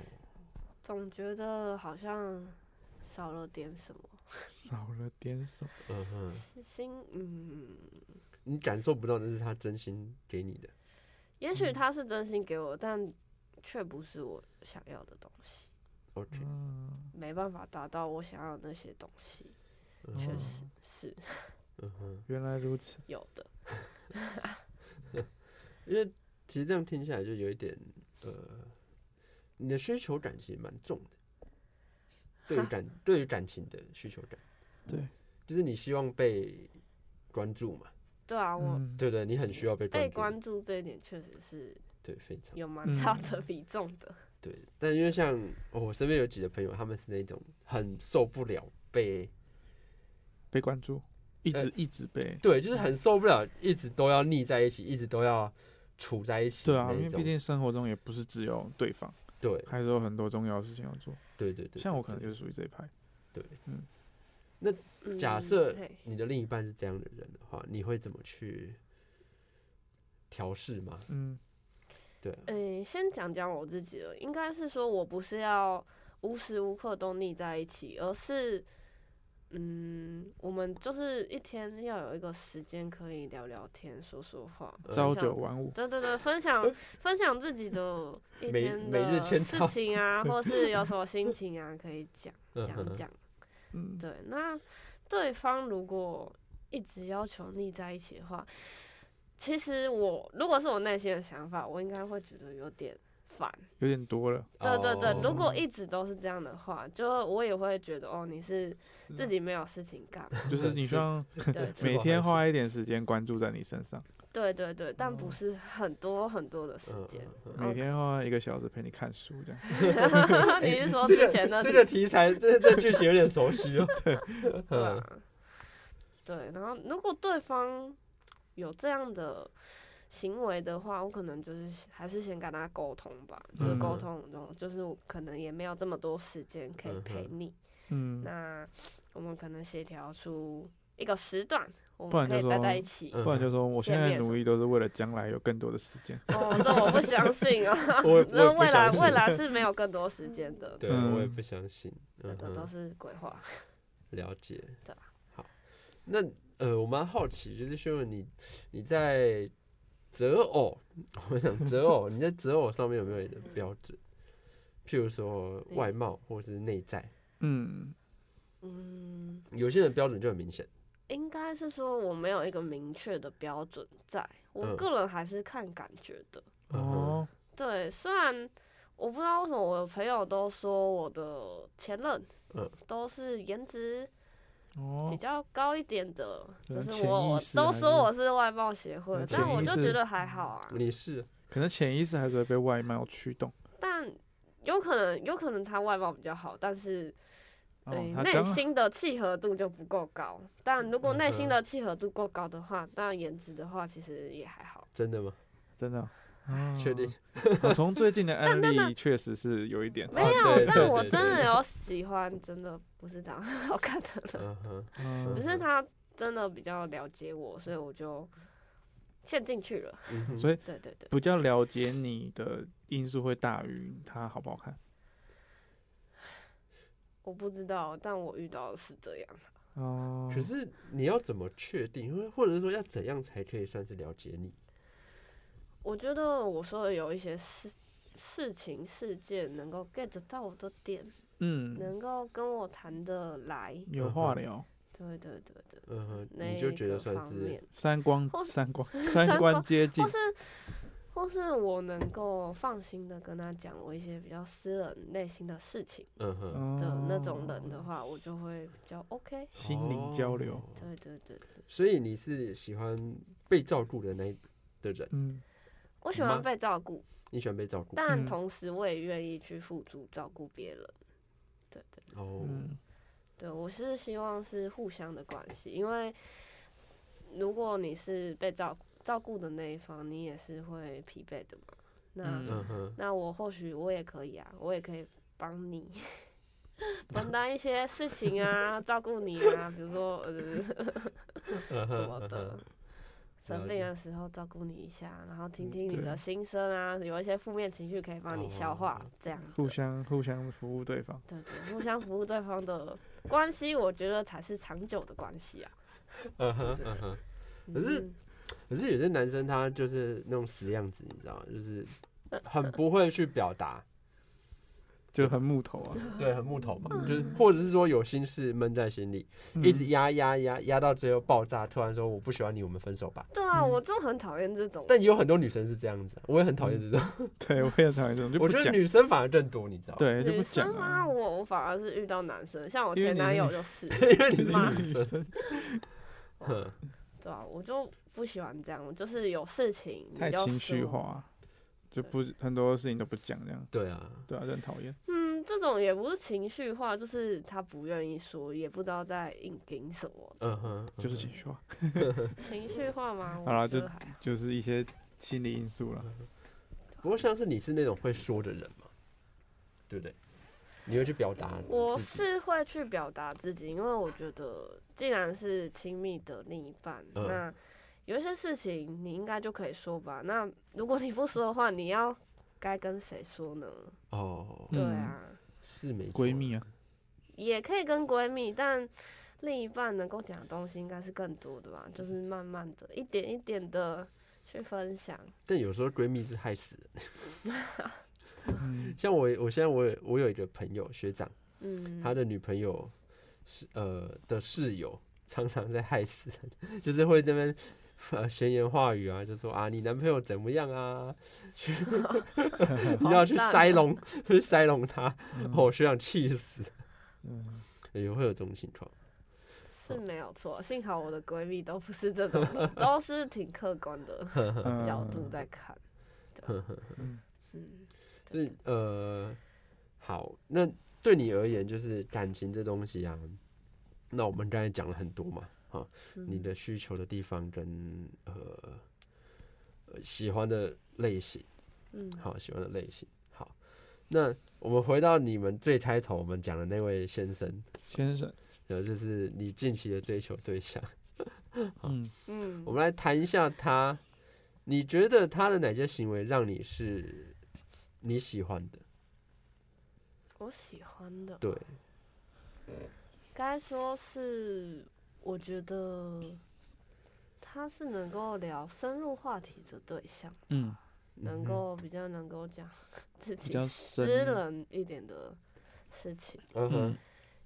[SPEAKER 4] 总觉得好像少了点什么。
[SPEAKER 3] 少了点什么？
[SPEAKER 2] 嗯哼。
[SPEAKER 4] 心嗯，
[SPEAKER 2] 你感受不到那是他真心给你的。
[SPEAKER 4] 也许
[SPEAKER 3] 嗯
[SPEAKER 4] 他是真心给我，但却不是我想要的东西，
[SPEAKER 2] OK，
[SPEAKER 4] 哦
[SPEAKER 3] 嗯，
[SPEAKER 4] 没办法达到我想要的那些东西，
[SPEAKER 2] 嗯
[SPEAKER 4] 确
[SPEAKER 2] 哼
[SPEAKER 4] 实是
[SPEAKER 2] 嗯哼，
[SPEAKER 3] 原来如此，
[SPEAKER 4] 有的。
[SPEAKER 2] 因为其实这样听下来就有一点呃，你的需求感其实蛮重的，对于感对于感情的需求感，
[SPEAKER 3] 对，
[SPEAKER 2] 就是你希望被关注嘛，
[SPEAKER 4] 对啊，我
[SPEAKER 3] 嗯
[SPEAKER 2] 对不对？你很需要被关
[SPEAKER 4] 被
[SPEAKER 2] 注，
[SPEAKER 4] 关注这一点确实是
[SPEAKER 2] 对，非常
[SPEAKER 4] 有蛮大的
[SPEAKER 3] 嗯
[SPEAKER 4] 比重的。
[SPEAKER 2] 对。但因为像、哦我身边有几个朋友，他们是那种很受不了被
[SPEAKER 3] 被关注，一
[SPEAKER 2] 呃
[SPEAKER 3] 直一直被，
[SPEAKER 2] 对，就是很受不了一直都要腻在一起，一直都要处在一起
[SPEAKER 3] 对
[SPEAKER 2] 的
[SPEAKER 3] 啊，
[SPEAKER 2] 那一种，
[SPEAKER 3] 因为毕竟生活中也不是只有对方，
[SPEAKER 2] 对
[SPEAKER 3] 还是有很多重要的事情要做，
[SPEAKER 2] 对对对，
[SPEAKER 3] 像我可能
[SPEAKER 2] 对
[SPEAKER 3] 就是属于这一派，
[SPEAKER 4] 嗯
[SPEAKER 2] 假设
[SPEAKER 4] 嘿
[SPEAKER 2] 你的另一半是这样的人的话，你会怎么去调试吗？
[SPEAKER 3] 嗯
[SPEAKER 2] 对啊，
[SPEAKER 4] 诶、先讲讲我自己了，应该是说我不是要无时无刻都腻在一起，而是嗯，我们就是一天要有一个时间可以聊聊天、说说话。
[SPEAKER 2] 嗯
[SPEAKER 3] 朝九晚五，
[SPEAKER 4] 对对对，分享分享自己的一
[SPEAKER 2] 每
[SPEAKER 4] 天
[SPEAKER 2] 每日
[SPEAKER 4] 的
[SPEAKER 2] 签
[SPEAKER 4] 事
[SPEAKER 2] 到
[SPEAKER 4] 情
[SPEAKER 2] <laughs>
[SPEAKER 4] 啊，或是有什么心情啊，可以讲
[SPEAKER 2] 嗯
[SPEAKER 4] 讲讲。
[SPEAKER 3] 嗯，
[SPEAKER 4] 对，那对方如果一直要求腻在一起的话，其实我如果是我内心的想法，我应该会觉得有点烦。
[SPEAKER 3] 有点
[SPEAKER 2] <laughs>
[SPEAKER 3] 多了，
[SPEAKER 2] 嗯
[SPEAKER 4] 对对对，如果
[SPEAKER 3] 哦
[SPEAKER 4] 一直都是这样的话，就我也会觉得哦，你是
[SPEAKER 2] 啊
[SPEAKER 4] 自己没有事情干
[SPEAKER 2] <laughs>
[SPEAKER 4] 嘛。
[SPEAKER 3] 就是你希望
[SPEAKER 4] 对
[SPEAKER 2] 自
[SPEAKER 3] 每
[SPEAKER 2] 我
[SPEAKER 3] 天
[SPEAKER 2] 反省
[SPEAKER 3] 花一点时间关注在你身上，
[SPEAKER 4] 对对对，但不
[SPEAKER 3] 哦
[SPEAKER 4] 是很多很多的时
[SPEAKER 2] 嗯
[SPEAKER 4] 间。 <laughs>
[SPEAKER 2] 嗯
[SPEAKER 3] 每天花一个小时陪你看书这样。
[SPEAKER 4] 你是说
[SPEAKER 2] 哎这
[SPEAKER 4] 之
[SPEAKER 2] 个
[SPEAKER 4] 前的
[SPEAKER 2] 这个题材，这这剧情有点熟悉哦。
[SPEAKER 4] 对啊，对，然后如果对方有这样的行为的话，我可能就是还是先跟他沟通吧，就是沟
[SPEAKER 3] 嗯
[SPEAKER 4] 通，然后就是我可能也没有这么多时间可以
[SPEAKER 2] 嗯
[SPEAKER 4] 陪你，
[SPEAKER 3] 嗯，
[SPEAKER 4] 那我们可能协调出一个时段，我
[SPEAKER 3] 不
[SPEAKER 4] 们
[SPEAKER 3] 然
[SPEAKER 4] 可以
[SPEAKER 3] 就
[SPEAKER 4] 待
[SPEAKER 3] 说
[SPEAKER 4] 在一起。
[SPEAKER 2] 嗯，
[SPEAKER 3] <laughs> 不然就说我现在
[SPEAKER 4] 见面
[SPEAKER 3] 的努力都是为了将来有更多的时间。
[SPEAKER 4] 哦，这我不相信啊
[SPEAKER 2] 我也我也
[SPEAKER 4] 那
[SPEAKER 2] 不
[SPEAKER 4] 未来
[SPEAKER 2] 相信
[SPEAKER 4] 未来是没有更多时间的，
[SPEAKER 2] 对，
[SPEAKER 3] 嗯
[SPEAKER 2] 我也不相信。
[SPEAKER 4] 这
[SPEAKER 2] 嗯
[SPEAKER 4] 个都
[SPEAKER 2] 哼，
[SPEAKER 4] 是鬼话。
[SPEAKER 2] 了解
[SPEAKER 4] 对。啊
[SPEAKER 2] 好，那呃，我蛮好奇，就是秀文你你在择偶，我想择偶，你在择偶上面有没有你的标准？譬如说外貌或是内在，
[SPEAKER 3] 嗯，
[SPEAKER 4] 嗯，
[SPEAKER 2] 有些人标准就很明显。
[SPEAKER 4] 应该是说我没有一个明确的标准在，我
[SPEAKER 2] 嗯
[SPEAKER 4] 个人还是看感觉的。
[SPEAKER 2] 嗯哼
[SPEAKER 3] 哦，
[SPEAKER 4] 对，虽然我不知道为什么我的朋友都说我的前任，
[SPEAKER 2] 嗯
[SPEAKER 4] 都是颜值比
[SPEAKER 3] 哦，
[SPEAKER 4] 较高一点的，
[SPEAKER 3] 可
[SPEAKER 4] 就
[SPEAKER 3] 能
[SPEAKER 4] 是
[SPEAKER 3] 潜
[SPEAKER 4] 我
[SPEAKER 3] 意
[SPEAKER 4] 我
[SPEAKER 3] 识
[SPEAKER 4] 都
[SPEAKER 3] 还是
[SPEAKER 4] 说我是外貌协会
[SPEAKER 3] 嗯，
[SPEAKER 4] 但
[SPEAKER 3] 潜
[SPEAKER 4] 我
[SPEAKER 3] 意
[SPEAKER 4] 就
[SPEAKER 3] 识
[SPEAKER 4] 觉得还好啊。
[SPEAKER 2] 你是
[SPEAKER 3] 可能潜意识还是会被外貌驱动。
[SPEAKER 4] 但有可能，有可能他外貌比较好，但是
[SPEAKER 3] 哦
[SPEAKER 4] 诶，
[SPEAKER 3] 他
[SPEAKER 4] 内、
[SPEAKER 3] 刚好
[SPEAKER 4] 心的契合度就不够高。但如果内
[SPEAKER 2] 嗯
[SPEAKER 4] 心
[SPEAKER 2] 哼
[SPEAKER 4] 的契合度够高的话，那颜值的话其实也还好。
[SPEAKER 2] 真的吗？
[SPEAKER 3] 真的哦，
[SPEAKER 2] <laughs> 确定？
[SPEAKER 3] 我从最近
[SPEAKER 4] <laughs>
[SPEAKER 3] 的案例确实是有一点，
[SPEAKER 4] 没
[SPEAKER 2] 哦对
[SPEAKER 4] 有，
[SPEAKER 2] 对
[SPEAKER 4] 但我
[SPEAKER 2] 对
[SPEAKER 4] 真的
[SPEAKER 2] 对
[SPEAKER 4] 有喜欢，真的不是长得 <laughs> 很好看的人，
[SPEAKER 2] 嗯哼，
[SPEAKER 3] 嗯
[SPEAKER 4] 只是他真的比较了解我，所以我就陷进去了。
[SPEAKER 2] 嗯哼
[SPEAKER 3] 所以
[SPEAKER 4] 对对对，
[SPEAKER 3] 比较了解你的因素会大于他好不好看。
[SPEAKER 4] 我不知道，但我遇到的是这样。
[SPEAKER 3] 哦，
[SPEAKER 2] 可是你要怎么确定，或或者是说要怎样才可以算是了解你？
[SPEAKER 4] 我觉得我说的有一些事事情事件能够 get 到我的点，
[SPEAKER 3] 嗯，
[SPEAKER 4] 能够跟我谈得来。
[SPEAKER 3] 有话聊，
[SPEAKER 4] 对对对对，
[SPEAKER 2] 嗯哼，
[SPEAKER 4] 那
[SPEAKER 2] 你就觉得
[SPEAKER 4] 个
[SPEAKER 2] 算
[SPEAKER 4] 方
[SPEAKER 2] 是
[SPEAKER 4] 面，
[SPEAKER 3] 三观
[SPEAKER 4] 或
[SPEAKER 3] 三观
[SPEAKER 4] 三
[SPEAKER 3] 三观
[SPEAKER 4] 观
[SPEAKER 3] 接近
[SPEAKER 4] 或，是或是我能够放心的跟他讲我一些比较私人内心的事情。
[SPEAKER 2] 嗯哼，
[SPEAKER 4] 的
[SPEAKER 3] 哦
[SPEAKER 4] 那种人的话，我就会比较 OK。
[SPEAKER 3] 心灵交流。
[SPEAKER 2] 哦
[SPEAKER 4] 对对对对，
[SPEAKER 2] 所以你是喜欢被照顾的那一的人，
[SPEAKER 3] 嗯，
[SPEAKER 4] 我喜
[SPEAKER 2] 吗
[SPEAKER 4] 欢被照顾，
[SPEAKER 2] 你喜欢被照顾
[SPEAKER 4] 但
[SPEAKER 3] 嗯
[SPEAKER 4] 同时我也愿意去付出照顾别人。对对
[SPEAKER 2] 哦，
[SPEAKER 3] 嗯，
[SPEAKER 4] 对，我是希望是互相的关系，因为如果你是被照照顾的那一方，你也是会疲惫的嘛。那、
[SPEAKER 3] 嗯
[SPEAKER 2] 嗯哼，
[SPEAKER 4] 那我或许我也可以啊，我也可以帮你 <laughs> 分担一些事情啊，照顾你啊，比如说呃。
[SPEAKER 2] 嗯
[SPEAKER 4] <laughs> 什
[SPEAKER 2] 哼
[SPEAKER 4] 么
[SPEAKER 2] 嗯
[SPEAKER 4] 的
[SPEAKER 3] <laughs>
[SPEAKER 2] 哼。
[SPEAKER 4] 生
[SPEAKER 2] 了
[SPEAKER 4] 病
[SPEAKER 2] 解
[SPEAKER 4] 的时候照顾你一下，然后听
[SPEAKER 3] 嗯
[SPEAKER 4] 听你
[SPEAKER 3] 对
[SPEAKER 4] 的心声啊，有一些负面情绪可以帮你消化，
[SPEAKER 2] 哦
[SPEAKER 4] 这样子
[SPEAKER 3] 互相互相服务对方。
[SPEAKER 4] 对对，互相服务对方的关系，我觉得才是长久的关系啊。
[SPEAKER 2] 嗯哼嗯哼。可是
[SPEAKER 4] 嗯
[SPEAKER 2] 可是有些男生他就是那种死样子，你知道吗？就是很不会去表达，
[SPEAKER 3] 就很木头啊，
[SPEAKER 2] <laughs> 对，很木头嘛，就是
[SPEAKER 4] 嗯
[SPEAKER 2] 或者是说有心事闷在心里，
[SPEAKER 3] 嗯
[SPEAKER 2] 一直压压压压到最后爆炸，突然说我不喜欢你，我们分手吧。
[SPEAKER 4] 对啊，
[SPEAKER 3] 嗯
[SPEAKER 4] 我就很讨厌这种，
[SPEAKER 2] 但也有很多女生是这样子啊，我也很讨厌 <laughs> 这种。
[SPEAKER 3] 对我也讨厌这嗯种，就
[SPEAKER 2] 我
[SPEAKER 3] 不
[SPEAKER 2] 觉得
[SPEAKER 3] 讲，
[SPEAKER 2] 女生反而更多，你知道吗？
[SPEAKER 3] 对就不
[SPEAKER 4] 女
[SPEAKER 3] 讲
[SPEAKER 4] 生嘛，
[SPEAKER 3] 啊。
[SPEAKER 4] 我我反而是遇到男生，像我
[SPEAKER 3] 因为
[SPEAKER 4] 前
[SPEAKER 3] 你
[SPEAKER 4] 男
[SPEAKER 3] 是
[SPEAKER 4] 友
[SPEAKER 3] 女 <laughs>
[SPEAKER 4] 就是，
[SPEAKER 2] <laughs> 因为你
[SPEAKER 4] 妈
[SPEAKER 2] 是女生，
[SPEAKER 3] 生
[SPEAKER 2] 哼
[SPEAKER 4] 对啊，我就不喜欢这样，我就是有事情你
[SPEAKER 3] 太
[SPEAKER 4] 就
[SPEAKER 3] 情绪
[SPEAKER 4] 说
[SPEAKER 3] 化，啊就不很多事情都不讲这样，
[SPEAKER 2] <laughs> 对啊，
[SPEAKER 3] 对啊，就很讨厌。
[SPEAKER 4] 嗯，这种也不是情绪化，就是他不愿意说，也不知道在硬顶什么。
[SPEAKER 2] 嗯哼，
[SPEAKER 3] 就是情绪化，
[SPEAKER 4] 情绪化吗？我
[SPEAKER 3] 好啦
[SPEAKER 4] 觉
[SPEAKER 3] 就
[SPEAKER 4] 得还好
[SPEAKER 3] 就是一些心理因素了。
[SPEAKER 2] 不过像是你是那种会说的人嘛，对不对？你会去表达自己。
[SPEAKER 4] 我是会去表达自己，因为我觉得既然是亲密的另一半，
[SPEAKER 2] 嗯
[SPEAKER 4] 那有一些事情你应该就可以说吧。那如果你不说的话，你要该跟谁说呢？
[SPEAKER 2] 哦，
[SPEAKER 4] 对
[SPEAKER 3] 嗯
[SPEAKER 4] 啊，
[SPEAKER 2] 是没错
[SPEAKER 3] 闺蜜啊，
[SPEAKER 4] 也可以跟闺蜜，但另一半能够讲的东西应该是更多的吧，就是慢慢的一点一点的去分享。
[SPEAKER 2] 但有时候闺蜜是害死人。<laughs>
[SPEAKER 3] 嗯，
[SPEAKER 2] 像我，我现在我有我有一个朋友学长，
[SPEAKER 4] 嗯，
[SPEAKER 2] 他的女朋友是呃的室友，常常在害死人， <laughs> 就是会那边呃闲言话语啊，就说啊你男朋友怎么样啊， <laughs> 去
[SPEAKER 4] <laughs>
[SPEAKER 2] 你要去
[SPEAKER 4] 好烂啊
[SPEAKER 2] 塞拢去塞拢他，
[SPEAKER 3] 嗯
[SPEAKER 2] 哦学长气死，
[SPEAKER 3] 嗯，
[SPEAKER 2] 也会有这种情况。
[SPEAKER 4] 是没有错。幸好我的闺蜜都不是这种
[SPEAKER 2] <laughs>
[SPEAKER 4] 人，都是挺客观的
[SPEAKER 3] 嗯
[SPEAKER 4] 角度在看。
[SPEAKER 3] 嗯
[SPEAKER 4] 嗯，
[SPEAKER 2] 就是呃，好，那对你而言，就是感情这东西啊，那我们刚才讲了很多嘛，啊、
[SPEAKER 4] 嗯
[SPEAKER 2] 你的需求的地方跟呃呃喜欢的类型，
[SPEAKER 4] 嗯
[SPEAKER 2] 好，喜欢的类型，好，那我们回到你们最开头我们讲的那位先生，
[SPEAKER 3] 先生，
[SPEAKER 2] 呃，就是你近期的追求对象，
[SPEAKER 3] 嗯
[SPEAKER 4] 嗯
[SPEAKER 2] 我们来谈一下他，你觉得他的哪些行为让你是你喜欢的？
[SPEAKER 4] 我喜欢的，
[SPEAKER 2] 对，
[SPEAKER 4] 该说是我觉得他是能够聊深入话题的对象，
[SPEAKER 3] 嗯，
[SPEAKER 2] 嗯
[SPEAKER 4] 能
[SPEAKER 2] 哼
[SPEAKER 4] 够比较能够讲自
[SPEAKER 3] 比
[SPEAKER 4] 己
[SPEAKER 3] 较
[SPEAKER 4] 私
[SPEAKER 3] 深，
[SPEAKER 4] 人一点的事情，
[SPEAKER 2] 嗯哼。
[SPEAKER 3] 嗯，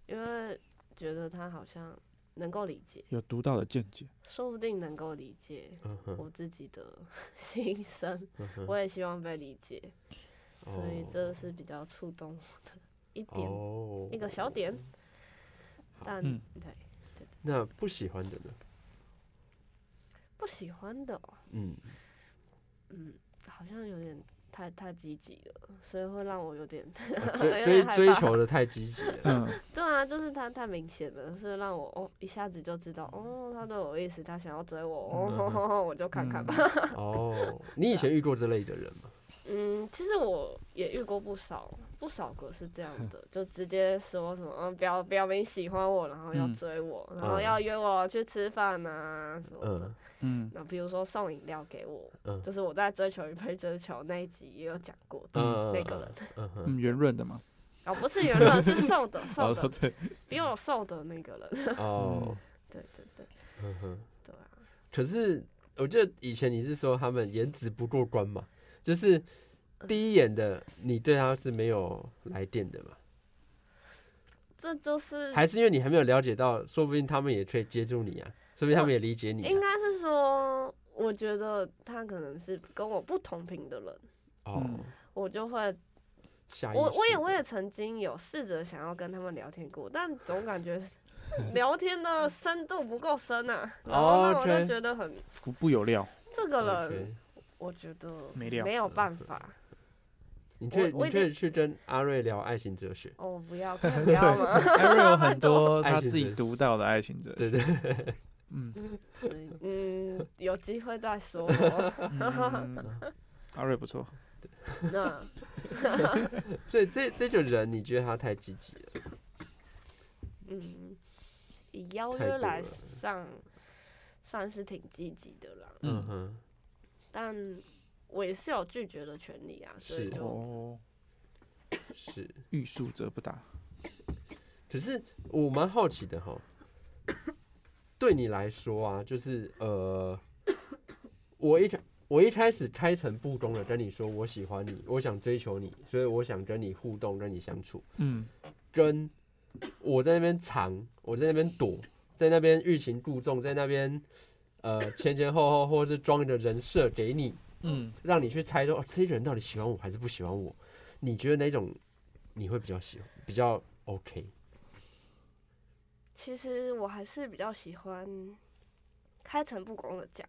[SPEAKER 4] 因为觉得他好像能够理解，
[SPEAKER 3] 有独到的见解，
[SPEAKER 4] 说不定能够理解
[SPEAKER 2] 嗯哼，
[SPEAKER 4] 我自己的心声，
[SPEAKER 2] 嗯哼
[SPEAKER 4] 我也希望被理解，所以
[SPEAKER 2] 哦
[SPEAKER 4] 这是比较触动我的 <laughs> 一点
[SPEAKER 2] 哦
[SPEAKER 4] 一个小点，但
[SPEAKER 3] 嗯
[SPEAKER 4] 对
[SPEAKER 2] 那不喜欢的呢？
[SPEAKER 4] 不喜欢的哦
[SPEAKER 2] 嗯，
[SPEAKER 4] 嗯，好像有点太太积极了，所以会让我有点 <laughs>
[SPEAKER 2] 哦
[SPEAKER 4] 有
[SPEAKER 2] 追
[SPEAKER 4] 点
[SPEAKER 2] 追
[SPEAKER 4] 哎害
[SPEAKER 2] 追
[SPEAKER 4] 怕
[SPEAKER 2] 求的太积极
[SPEAKER 4] <laughs>
[SPEAKER 2] 了。
[SPEAKER 3] 嗯
[SPEAKER 4] 对啊，就是他太明显了，所以让我哦一下子就知道哦，他对我有意思，他想要追我，
[SPEAKER 2] 嗯哼
[SPEAKER 4] <laughs> 哦，我就看看吧。
[SPEAKER 2] 哦，你以前遇过这类的人
[SPEAKER 4] <laughs>
[SPEAKER 2] 吗？
[SPEAKER 4] 嗯，其实我也遇过不少不少个是这样的，就直接说什么嗯表表明喜欢我，然后要
[SPEAKER 3] 嗯
[SPEAKER 4] 追我，然后
[SPEAKER 2] 嗯
[SPEAKER 4] 要约我去吃饭啊什么的
[SPEAKER 2] 嗯。
[SPEAKER 3] 嗯
[SPEAKER 4] 那比如说送饮料给我，
[SPEAKER 2] 嗯
[SPEAKER 4] 就是我在追求与被追求那一集也有讲过的、
[SPEAKER 2] 嗯
[SPEAKER 4] 那个人，
[SPEAKER 2] 嗯哼，
[SPEAKER 3] 嗯，圆润的嘛，
[SPEAKER 4] 哦，不是圆润，是
[SPEAKER 2] <laughs>
[SPEAKER 4] 瘦的，瘦
[SPEAKER 3] 哦
[SPEAKER 4] 的，
[SPEAKER 3] 对，
[SPEAKER 4] 比我瘦的那个人。 <laughs>
[SPEAKER 2] 哦，
[SPEAKER 4] 对对对
[SPEAKER 2] 嗯哼。
[SPEAKER 4] 对啊，
[SPEAKER 2] 可是我记得以前你是说他们颜值不过关嘛，
[SPEAKER 4] 嗯
[SPEAKER 2] 就是第一眼的你对他是没有来电的嘛？
[SPEAKER 4] 这就是
[SPEAKER 2] 还是因为你还没有了解到，说不定他们也可以接住你啊，说不定他们也理解你啊。
[SPEAKER 4] 应该是说，我觉得他可能是跟我不同频的人，
[SPEAKER 2] 哦，
[SPEAKER 4] 我就会，
[SPEAKER 2] 下意
[SPEAKER 4] 嗯我我
[SPEAKER 2] 识
[SPEAKER 4] 也我也
[SPEAKER 2] 的
[SPEAKER 4] 曾经有试着想要跟他们聊天过，但总感觉 <laughs> 聊天的深度不够深啊，然后让我就
[SPEAKER 2] 哦 OK
[SPEAKER 4] 觉得很
[SPEAKER 3] 不不
[SPEAKER 2] <laughs>
[SPEAKER 3] 有料，
[SPEAKER 4] 这个
[SPEAKER 2] OK 嗯
[SPEAKER 4] 人，我觉得
[SPEAKER 3] 没料
[SPEAKER 4] 没有办法。
[SPEAKER 2] 你可以，
[SPEAKER 4] 我我
[SPEAKER 2] 你
[SPEAKER 4] 已
[SPEAKER 2] 可以
[SPEAKER 4] 经
[SPEAKER 2] 去跟阿瑞聊爱情哲
[SPEAKER 4] <laughs>
[SPEAKER 2] 学，
[SPEAKER 4] 哦，不要，可以不要吗？
[SPEAKER 3] 艾瑞有很多
[SPEAKER 2] 爱
[SPEAKER 3] 他
[SPEAKER 2] 情
[SPEAKER 3] 自
[SPEAKER 2] 哲
[SPEAKER 3] 己
[SPEAKER 2] 学
[SPEAKER 3] 独到的爱情哲
[SPEAKER 2] 对
[SPEAKER 3] 学，
[SPEAKER 2] 对， <laughs>
[SPEAKER 3] 嗯
[SPEAKER 4] 所以嗯，有机会再说哦。
[SPEAKER 3] 嗯， <laughs> 阿瑞不错，
[SPEAKER 4] <laughs> 那
[SPEAKER 2] 所以这这个人，你觉得他太积极了？
[SPEAKER 4] 嗯，以邀
[SPEAKER 2] 太多
[SPEAKER 4] 约来
[SPEAKER 2] 了
[SPEAKER 4] 上，算是挺积极的啦。
[SPEAKER 2] 嗯
[SPEAKER 3] 嗯
[SPEAKER 2] 哼，
[SPEAKER 4] 但我也是有拒绝的权利啊，所以
[SPEAKER 2] 是
[SPEAKER 4] 就
[SPEAKER 3] 哦，
[SPEAKER 2] 是。
[SPEAKER 3] 欲速则不达，
[SPEAKER 2] 可是我蛮好奇的哈，对你来说啊，就是呃，我一开我一开始开诚布公的跟你说我喜欢你，我想追求你，所以我想跟你互动，跟你相处，
[SPEAKER 3] 嗯
[SPEAKER 2] 跟我在那边藏，我在那边躲，在那边欲擒故纵，在那边呃前前后后，或者是装一个人设给你，
[SPEAKER 3] 嗯，
[SPEAKER 2] 让你去猜说、哦、这个人到底喜欢我还是不喜欢我？你觉得哪种你会比较喜欢，比较 OK？
[SPEAKER 4] 其实我还是比较喜欢开诚布公的讲，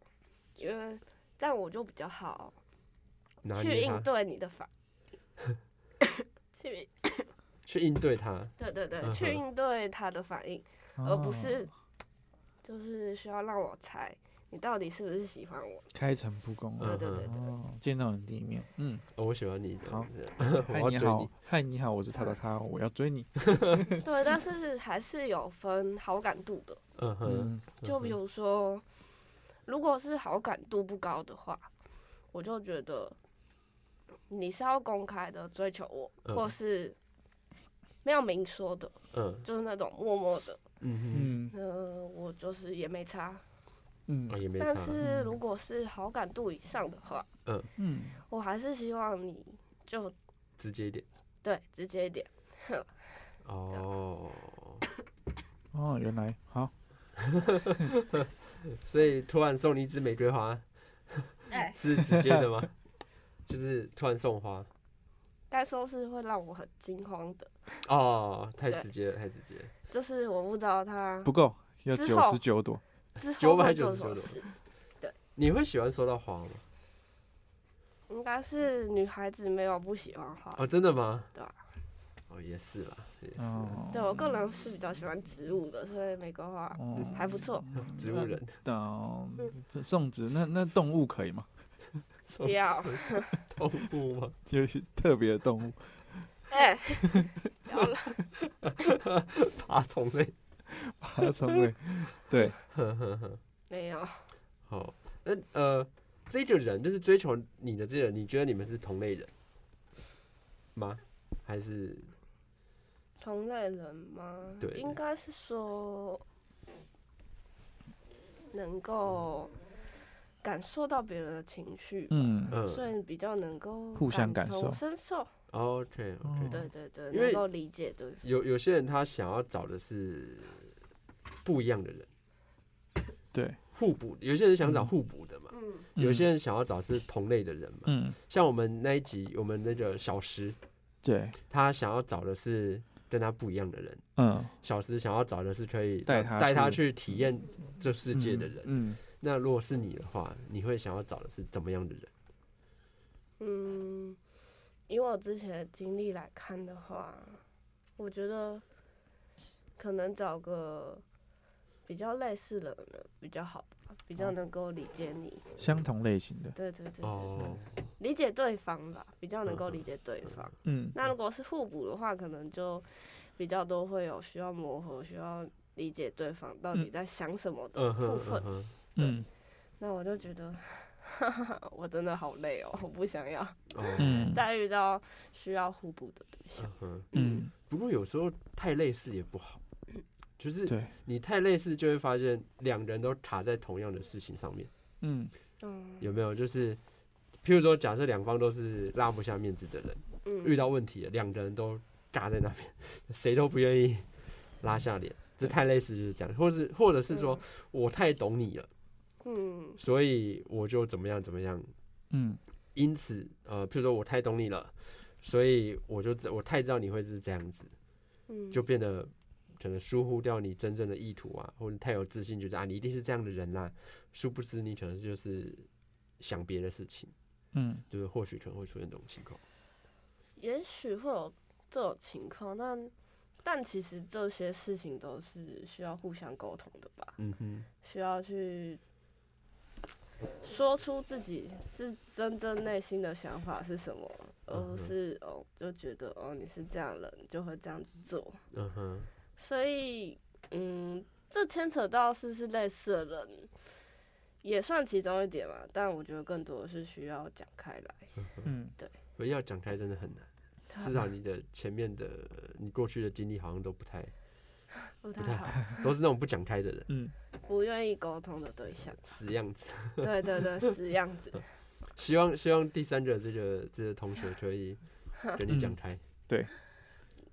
[SPEAKER 4] 因为这样我就比较好
[SPEAKER 2] 拿
[SPEAKER 4] 去
[SPEAKER 2] 捏
[SPEAKER 4] 应
[SPEAKER 2] 他，
[SPEAKER 4] 对你的反，去
[SPEAKER 2] 去应对他。
[SPEAKER 4] 对对对，
[SPEAKER 2] 嗯
[SPEAKER 4] 去
[SPEAKER 2] 哼
[SPEAKER 4] 应对他的反应。而不
[SPEAKER 3] 哦
[SPEAKER 4] 是就是需要让我猜你到底是不是喜欢我。
[SPEAKER 3] 开诚布公
[SPEAKER 4] 对
[SPEAKER 2] 嗯
[SPEAKER 3] 啊，
[SPEAKER 4] 对对对，
[SPEAKER 3] 哦，见到你第一面，嗯，
[SPEAKER 2] 哦我喜欢你，
[SPEAKER 3] 好
[SPEAKER 2] 这样我
[SPEAKER 3] 嗨
[SPEAKER 2] 要
[SPEAKER 3] 你
[SPEAKER 2] 追
[SPEAKER 3] 好
[SPEAKER 2] 你。，
[SPEAKER 3] 嗨你好，我是叉叉叉，我要追你，
[SPEAKER 4] 对，但是还是有分好感度的。
[SPEAKER 2] 嗯哼，
[SPEAKER 3] 嗯
[SPEAKER 4] 就比如说，如果是好感度不高的话，我就觉得你是要公开的追求我，
[SPEAKER 2] 嗯
[SPEAKER 4] 或是。非常明说的，
[SPEAKER 2] 嗯
[SPEAKER 4] 就是那种默默的，
[SPEAKER 2] 嗯
[SPEAKER 3] 嗯
[SPEAKER 4] 呃，我就是也没差。
[SPEAKER 2] 哼，啊
[SPEAKER 3] 嗯
[SPEAKER 2] 也没
[SPEAKER 4] 但
[SPEAKER 2] 差，
[SPEAKER 4] 是如果是好感度以上的话，
[SPEAKER 3] 嗯，
[SPEAKER 4] 我还是希望你就
[SPEAKER 2] 直接一点
[SPEAKER 4] 对直接一点。
[SPEAKER 2] 哦。
[SPEAKER 3] 哦，原来好，
[SPEAKER 2] 所以突然送你一支玫瑰花
[SPEAKER 4] 哎，
[SPEAKER 2] <laughs> 是直接的吗？就是突然送花
[SPEAKER 4] 该说是会让我很惊慌的，
[SPEAKER 2] 哦，太
[SPEAKER 4] 对
[SPEAKER 2] 直接了，太直接了。
[SPEAKER 4] 就是我不知道他
[SPEAKER 3] 不够，要
[SPEAKER 4] 之
[SPEAKER 3] 九
[SPEAKER 4] 后
[SPEAKER 3] 十九朵。
[SPEAKER 4] 之后会做什
[SPEAKER 2] 999
[SPEAKER 4] 么
[SPEAKER 2] 朵
[SPEAKER 4] 事。
[SPEAKER 2] 你会喜欢收到花吗？
[SPEAKER 4] 应该是女孩子没有不喜欢花，
[SPEAKER 2] 哦，真的吗？
[SPEAKER 4] 对啊
[SPEAKER 2] 哦，也是啦，也是啦。
[SPEAKER 3] 哦，
[SPEAKER 4] 对我个人是比较喜欢植物的，所以玫瑰花
[SPEAKER 3] 哦
[SPEAKER 4] 还不
[SPEAKER 3] <laughs>
[SPEAKER 4] 错，
[SPEAKER 2] 植物人，
[SPEAKER 3] 到这送子，那那动物可以吗？ <laughs>
[SPEAKER 2] 送
[SPEAKER 4] 不要。
[SPEAKER 2] 动物吗？
[SPEAKER 3] 有些特别的动物，
[SPEAKER 4] 哎，不要了，
[SPEAKER 2] 爬虫
[SPEAKER 3] <laughs>
[SPEAKER 2] 类。
[SPEAKER 3] 爬虫
[SPEAKER 2] <laughs>
[SPEAKER 3] 类。对，
[SPEAKER 2] 呵呵呵
[SPEAKER 4] 没有，
[SPEAKER 3] 哦
[SPEAKER 2] 好，那呃，这个人就是追求你的这个人，你觉得你们是同类人吗？还是
[SPEAKER 4] 同类人吗？
[SPEAKER 2] 对
[SPEAKER 4] 应该是说能够感受到别人的情绪，
[SPEAKER 3] 嗯，
[SPEAKER 4] 所
[SPEAKER 2] 嗯
[SPEAKER 4] 以比较能够
[SPEAKER 3] 互相感
[SPEAKER 4] 同
[SPEAKER 3] 受
[SPEAKER 4] 身受，
[SPEAKER 2] ，OK OK，
[SPEAKER 3] 哦
[SPEAKER 4] 对对对，
[SPEAKER 2] 因为
[SPEAKER 4] 能够理解对方。
[SPEAKER 2] 有有些人他想要找的是不一样的人，
[SPEAKER 3] 对，
[SPEAKER 2] 互补。有些人想找
[SPEAKER 3] 嗯
[SPEAKER 2] 互补的嘛，
[SPEAKER 4] 嗯，
[SPEAKER 2] 有些
[SPEAKER 3] 嗯
[SPEAKER 2] 人想要找是同类的人嘛。
[SPEAKER 3] 嗯，
[SPEAKER 2] 像我们那一集，我们那个小石，
[SPEAKER 3] 对，
[SPEAKER 2] 他想要找的是跟他不一样的人。
[SPEAKER 3] 嗯，
[SPEAKER 2] 小石想要找的是可以
[SPEAKER 3] 带他
[SPEAKER 2] 带他
[SPEAKER 3] 去
[SPEAKER 2] 去体验这世界的人。
[SPEAKER 3] 嗯，
[SPEAKER 2] 那如果是你的话，你会想要找的是怎么样的人？
[SPEAKER 4] 嗯，以我之前的经历来看的话，我觉得可能找个比较类似的人比较好吧，比较
[SPEAKER 3] 哦
[SPEAKER 4] 能够理解你。
[SPEAKER 3] 嗯相同类型的，
[SPEAKER 4] 对对对对
[SPEAKER 2] 哦，
[SPEAKER 4] 理解对方吧，比较能够
[SPEAKER 2] 嗯嗯
[SPEAKER 4] 理解对方。
[SPEAKER 3] 嗯，
[SPEAKER 4] 那如果是互补的话，可能就比较多会有需要磨合，需要理解对方到底
[SPEAKER 3] 嗯
[SPEAKER 4] 在想什么的
[SPEAKER 2] 嗯
[SPEAKER 4] 部
[SPEAKER 2] 哼
[SPEAKER 4] 分
[SPEAKER 2] 嗯。哼，
[SPEAKER 3] 嗯
[SPEAKER 4] 那我就觉得， <laughs> 我真的好累哦，我不想要
[SPEAKER 2] 哦，
[SPEAKER 3] 嗯
[SPEAKER 4] 再遇到需要互补的对象
[SPEAKER 2] 嗯。哼。
[SPEAKER 3] 嗯，
[SPEAKER 2] 不过有时候太类似也不好，就是
[SPEAKER 3] 对，
[SPEAKER 2] 你太类似就会发现两人都卡在同样的事情上面，
[SPEAKER 3] 嗯
[SPEAKER 4] 嗯
[SPEAKER 2] 有没有？就是譬如说，假设两方都是拉不下面子的人，遇
[SPEAKER 4] 嗯，
[SPEAKER 2] 到问题了，两个人都尬在那边，谁都不愿意拉下脸，这太类似就是这样，或是或者是说我太懂你了，
[SPEAKER 4] 嗯，
[SPEAKER 2] 所以我就怎么样怎么样，
[SPEAKER 3] 嗯
[SPEAKER 2] 因此呃，譬如说我太懂你了，所以我就知我太知道你会是这样子，
[SPEAKER 4] 嗯，
[SPEAKER 2] 就变得可能疏忽掉你真正的意图啊，或者太有自信，觉得啊你一定是这样的人啦，殊不知你可能就是想别的事情，
[SPEAKER 3] 嗯
[SPEAKER 2] 就是或许可能会出现这种情况，
[SPEAKER 4] 也许会有这种情况，但但其实这些事情都是需要互相沟通的吧。
[SPEAKER 2] 嗯哼，
[SPEAKER 4] 需要去说出自己是真正内心的想法是什么，而
[SPEAKER 2] 嗯哼
[SPEAKER 4] 不是哦就觉得哦你是这样的人就会这样子做，
[SPEAKER 2] 嗯哼，
[SPEAKER 4] 所以嗯，这牵扯到是不是类似的人，也算其中一点嘛，但我觉得更多的是需要讲开来。
[SPEAKER 3] 嗯
[SPEAKER 2] 所以要讲开真的很难。至少你的前面的你过去的经历好像都不太，不
[SPEAKER 4] 不太
[SPEAKER 2] 太
[SPEAKER 4] 好，
[SPEAKER 2] 都是那种不讲开的人，
[SPEAKER 3] 嗯，
[SPEAKER 4] 不愿意沟通的对象，
[SPEAKER 2] 死样子。
[SPEAKER 4] 对对对，死样
[SPEAKER 2] <laughs>
[SPEAKER 4] 子。
[SPEAKER 2] 希望希望第三者这个这个同学可以跟你讲开。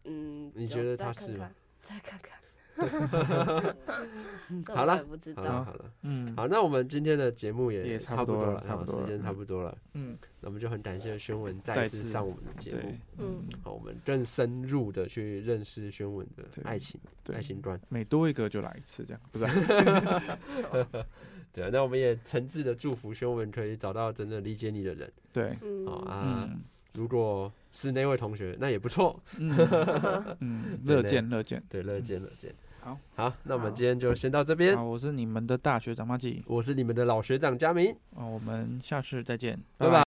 [SPEAKER 4] 嗯，
[SPEAKER 2] 你
[SPEAKER 4] 就
[SPEAKER 2] 觉得
[SPEAKER 4] 再
[SPEAKER 2] 他
[SPEAKER 4] 看
[SPEAKER 2] 是
[SPEAKER 4] 看
[SPEAKER 2] 吗？
[SPEAKER 4] 再看看。
[SPEAKER 2] <laughs>
[SPEAKER 4] 这
[SPEAKER 2] 好
[SPEAKER 4] 我
[SPEAKER 2] 啦
[SPEAKER 4] 也 <laughs> 不知
[SPEAKER 2] 好
[SPEAKER 4] 道。
[SPEAKER 2] 了好了，
[SPEAKER 3] 嗯，
[SPEAKER 2] 好，那我们今天的节目也
[SPEAKER 3] 也差
[SPEAKER 2] 差
[SPEAKER 3] 不
[SPEAKER 2] 不
[SPEAKER 3] 多
[SPEAKER 2] 多
[SPEAKER 3] 了
[SPEAKER 2] 了，
[SPEAKER 3] 差不
[SPEAKER 2] 啊
[SPEAKER 3] 多
[SPEAKER 2] 时
[SPEAKER 3] 了
[SPEAKER 2] 间差
[SPEAKER 3] 嗯
[SPEAKER 2] 不多了。
[SPEAKER 3] 嗯，
[SPEAKER 2] 那我们就很感谢宣文再
[SPEAKER 3] 再
[SPEAKER 2] 一次
[SPEAKER 3] 次
[SPEAKER 2] 上我们的节目
[SPEAKER 3] 对，，
[SPEAKER 4] 嗯
[SPEAKER 2] 好，我们更深入的去认识宣文的
[SPEAKER 3] 对
[SPEAKER 2] 爱情
[SPEAKER 3] 对
[SPEAKER 2] 爱，情观。 <laughs>
[SPEAKER 3] 每多一个就来一次，这样不是啊？
[SPEAKER 2] 对啊，那我们也诚挚的祝福宣文可以找到真正理解你的人。
[SPEAKER 3] 对，
[SPEAKER 4] 嗯，
[SPEAKER 2] 好啊，
[SPEAKER 3] 嗯
[SPEAKER 2] 如果是那位同学，那也不错。
[SPEAKER 3] 嗯嗯，乐见乐见。
[SPEAKER 2] 对，乐见乐见。
[SPEAKER 3] 好，
[SPEAKER 2] 好，那我们
[SPEAKER 4] 好
[SPEAKER 2] 今天就先到这边
[SPEAKER 3] 好，。我是你们的大学长马季，
[SPEAKER 2] 我是你们的老学长佳明，
[SPEAKER 3] 哦，我们下次再见，
[SPEAKER 2] 拜拜。